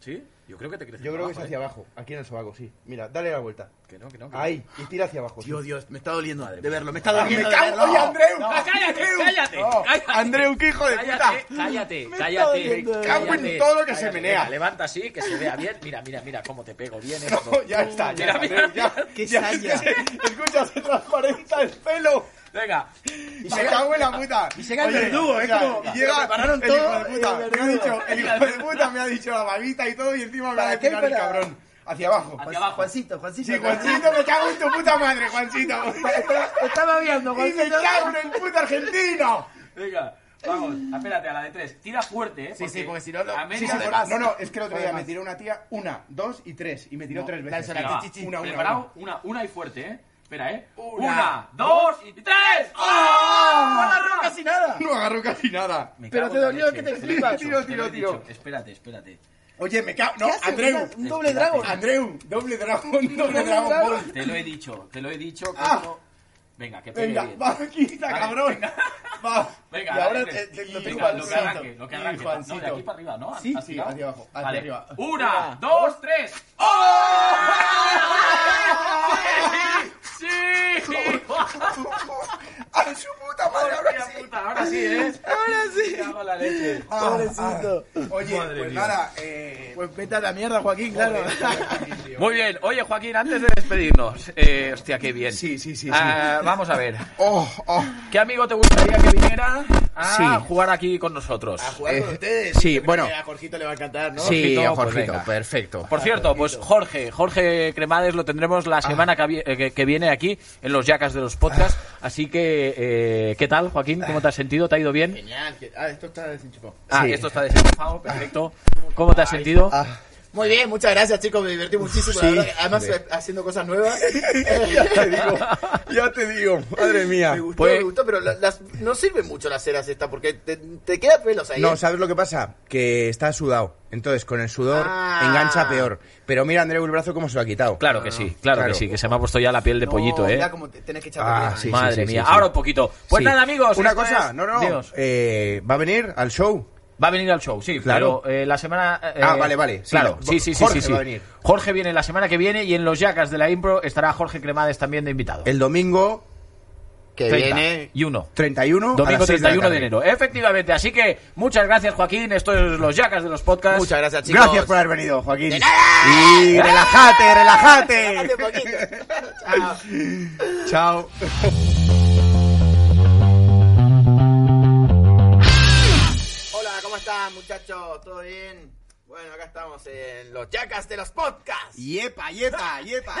S2: ¿Sí? Yo creo que te crecen
S1: yo
S2: para
S1: creo que
S2: abajo.
S1: es hacia
S3: ¿eh?
S1: abajo. Aquí en el sobaco, sí. Mira, dale la vuelta.
S2: ¿eh? Que no, que no. que no.
S1: Ahí, y tira hacia abajo. sí.
S3: Dios, Dios, me está doliendo
S2: Madre
S3: de
S2: mía.
S3: verlo. Me está
S1: Ah,
S3: doliendo
S1: <laughs> me
S3: de
S1: cago,
S3: verlo.
S1: oye, Andreu.
S2: No, ¡Ah, cállate,
S1: Andreu.
S2: cállate,
S1: No.
S2: cállate.
S1: Andreu, qué hijo de puta.
S2: Cállate, cállate,
S1: Me está
S2: cállate.
S1: doliendo.
S2: cállate,
S1: Cago en todo lo que se
S2: cállate.
S1: menea.
S2: Venga, levanta así, que se vea bien. Mira, mira, mira cómo te pego bien. esto.
S1: No, ya está, ya
S2: Mira,
S1: está,
S2: mira,
S1: Andreu, ya.
S3: qué
S1: ya, es que
S3: saña.
S1: se- Escucha, se transparenta el pelo.
S2: Venga.
S1: Y se cago en la puta. Y
S3: llega el verdugo, es como-
S1: Y llega
S3: lo prepararon
S1: el
S3: todo,
S1: hijo de
S3: y el
S1: puta. Me ha
S3: verdugo.
S1: dicho, el hijo de puta me ha dicho la babita y todo, y encima me ha
S3: ¿Para qué
S1: depilar el
S3: para-
S1: cabrón. Hacia abajo.
S4: Hacia abajo. Juancito, Juancito.
S1: Sí, Juancito, me cago en tu puta madre, Juancito.
S3: <laughs>
S4: Estaba viendo,
S1: Y me
S4: Juancito.
S1: cago en el puto argentino.
S5: Venga, vamos, espérate, a la de tres. Tira fuerte, ¿eh?
S3: Sí, sí, porque si no, lo-
S5: A
S1: Sí,
S5: media
S1: sí,
S5: de
S1: por-
S5: más.
S1: no, no, es que el otro día
S3: Joder,
S1: me
S3: más.
S1: tiró una tía, una, dos y tres. Y me tiró tres veces.
S3: lánzala,
S5: Venga, va.
S3: Chi, chi, chi.
S1: Una, una, una.
S5: Preparado, una, una y fuerte, ¿eh? Espera, ¿eh?
S3: Una,
S5: Una, dos y tres. ¡Oh! ¡A la roca!
S3: casi nada.
S1: ¡Ah! No agarró casi nada.
S5: Me
S3: Pero
S5: cago
S3: te
S5: en la
S3: dolió,
S5: leche.
S3: que te
S5: lo he
S3: flipas.
S5: dicho,
S1: Tiro,
S5: te lo he
S1: tiro,
S5: dicho.
S1: tiro.
S5: Espérate, espérate.
S1: Oye, me cago. No,
S3: ¿Qué haces?
S1: Andreu.
S3: Un doble dragón.
S1: Andreu, doble dragón, doble dragón.
S3: dragón.
S1: Ball.
S5: Te lo he dicho, te lo he dicho. que
S1: Ah.
S5: esto- Venga, que pegue
S1: Venga,
S5: bien.
S1: va, quita,
S5: Vale,
S1: cabrón.
S5: venga.
S1: Va.
S5: Venga,
S1: y ahora
S5: dale,
S1: te,
S5: tres.
S1: te-
S5: Y
S1: te-
S5: venga,
S1: Juancito.
S5: lo que arranque, lo que
S1: Y
S5: arranque.
S1: Juancito.
S5: No, de aquí para arriba, ¿no?
S1: Sí,
S5: ¿Has
S1: sí,
S5: tirado?
S1: hacia abajo, hacia
S5: Vale. <laughs>
S1: arriba.
S5: Una, dos, tres. ¡Oh! ¡Sí! ¡Sí!
S1: ¡Ay, su puta madre! Ahora
S5: Hostia
S1: sí.
S5: puta, ahora sí, ¿eh?
S3: Ahora sí.
S5: Me cago en la leche.
S1: Ah,
S3: Pobrecito.
S1: ah. Oye, pues nada, eh.
S3: Pues vete a la mierda, Joaquín, claro.
S2: Muy bien, oye Joaquín, antes de despedirnos, eh, hostia, qué bien.
S1: Sí, sí,
S6: <laughs>
S1: sí, sí.
S2: Ah, vamos a ver,
S1: Oh, oh.
S2: ¿qué amigo te gustaría que viniera a
S6: Sí.
S2: jugar aquí con nosotros?
S3: Jugar con
S6: Eh,
S3: ustedes.
S6: sí, bueno.
S3: A Jorgito le va a encantar, ¿no?
S6: Sí,
S2: Jorgito,
S6: a
S2: pues
S6: Jorgito,
S2: venga.
S6: perfecto.
S2: Por cierto, pues Jorge, Jorge Cremades lo tendremos
S6: Ah.
S2: la semana que, vi- eh, que- que viene aquí en los Yacas de los Podcasts. Así que, eh, ¿qué tal, Joaquín? ¿Cómo te has sentido? ¿Te ha ido bien?
S3: Genial. que- Ah, esto está desenchufado.
S2: Ah,
S6: Sí.
S2: esto está desenchufado, perfecto. ¿Cómo te has sentido?
S6: Ah,
S3: Muy bien, muchas gracias, chicos. Me divertí muchísimo. la
S6: sí.
S3: verdad que Además, eh, haciendo cosas <laughs> nuevas.
S6: te digo, ya te digo, madre mía.
S3: Me gustó,
S2: Pues-
S3: me gustó, pero la- las, no sirven mucho las ceras estas porque te, te queda pelos ahí.
S6: No,
S3: ¿eh?
S6: ¿sabes lo que pasa? Que está sudado. Entonces, con el sudor
S3: Ah.
S6: engancha peor. Pero mira, Andreu, el brazo cómo se lo ha quitado.
S2: Claro que sí, claro, que
S6: Ah, Claro.
S2: sí, que se me ha puesto ya la piel de
S3: No,
S2: pollito, ¿eh?
S3: Mira cómo te- tenés que echar
S6: Ah,
S3: crema ahí.
S6: sí.
S2: Madre mía, ahora un poquito. Pues
S6: Sí.
S2: nada, amigos.
S6: Una
S2: esto
S6: cosa,
S2: es-
S6: no, no, no.
S2: Dios.
S6: Eh, ¿Va a venir al show?
S2: Va a venir al show, sí,
S6: Claro.
S2: pero eh, la semana... eh,
S6: Ah, vale, vale, sí,
S2: Claro,
S6: la-
S2: sí, sí, sí,
S6: Jorge
S2: sí, sí.
S6: va a venir.
S2: Jorge viene la semana que viene y en los Yacas de la Impro estará Jorge Cremades también de invitado.
S6: El domingo
S3: Que
S2: 30
S6: ¿eh?
S3: viene.
S2: y uno.
S6: 31. a
S2: Domingo
S6: las seis la
S2: 31 de,
S6: tarde.
S2: enero. Efectivamente, así que muchas gracias, Joaquín. Esto es los Yacas de los podcasts.
S3: Muchas gracias, chicos.
S6: Gracias por haber venido, Joaquín. Y relájate,
S3: Hace
S6: relájate. <laughs>
S3: poquito.
S6: Chao.
S3: Chao. Hola, ¿cómo están, muchachos? ¿Todo bien? Bueno, acá estamos en los Jackas de los Podcasts.
S6: Yepa, yepa, yepa.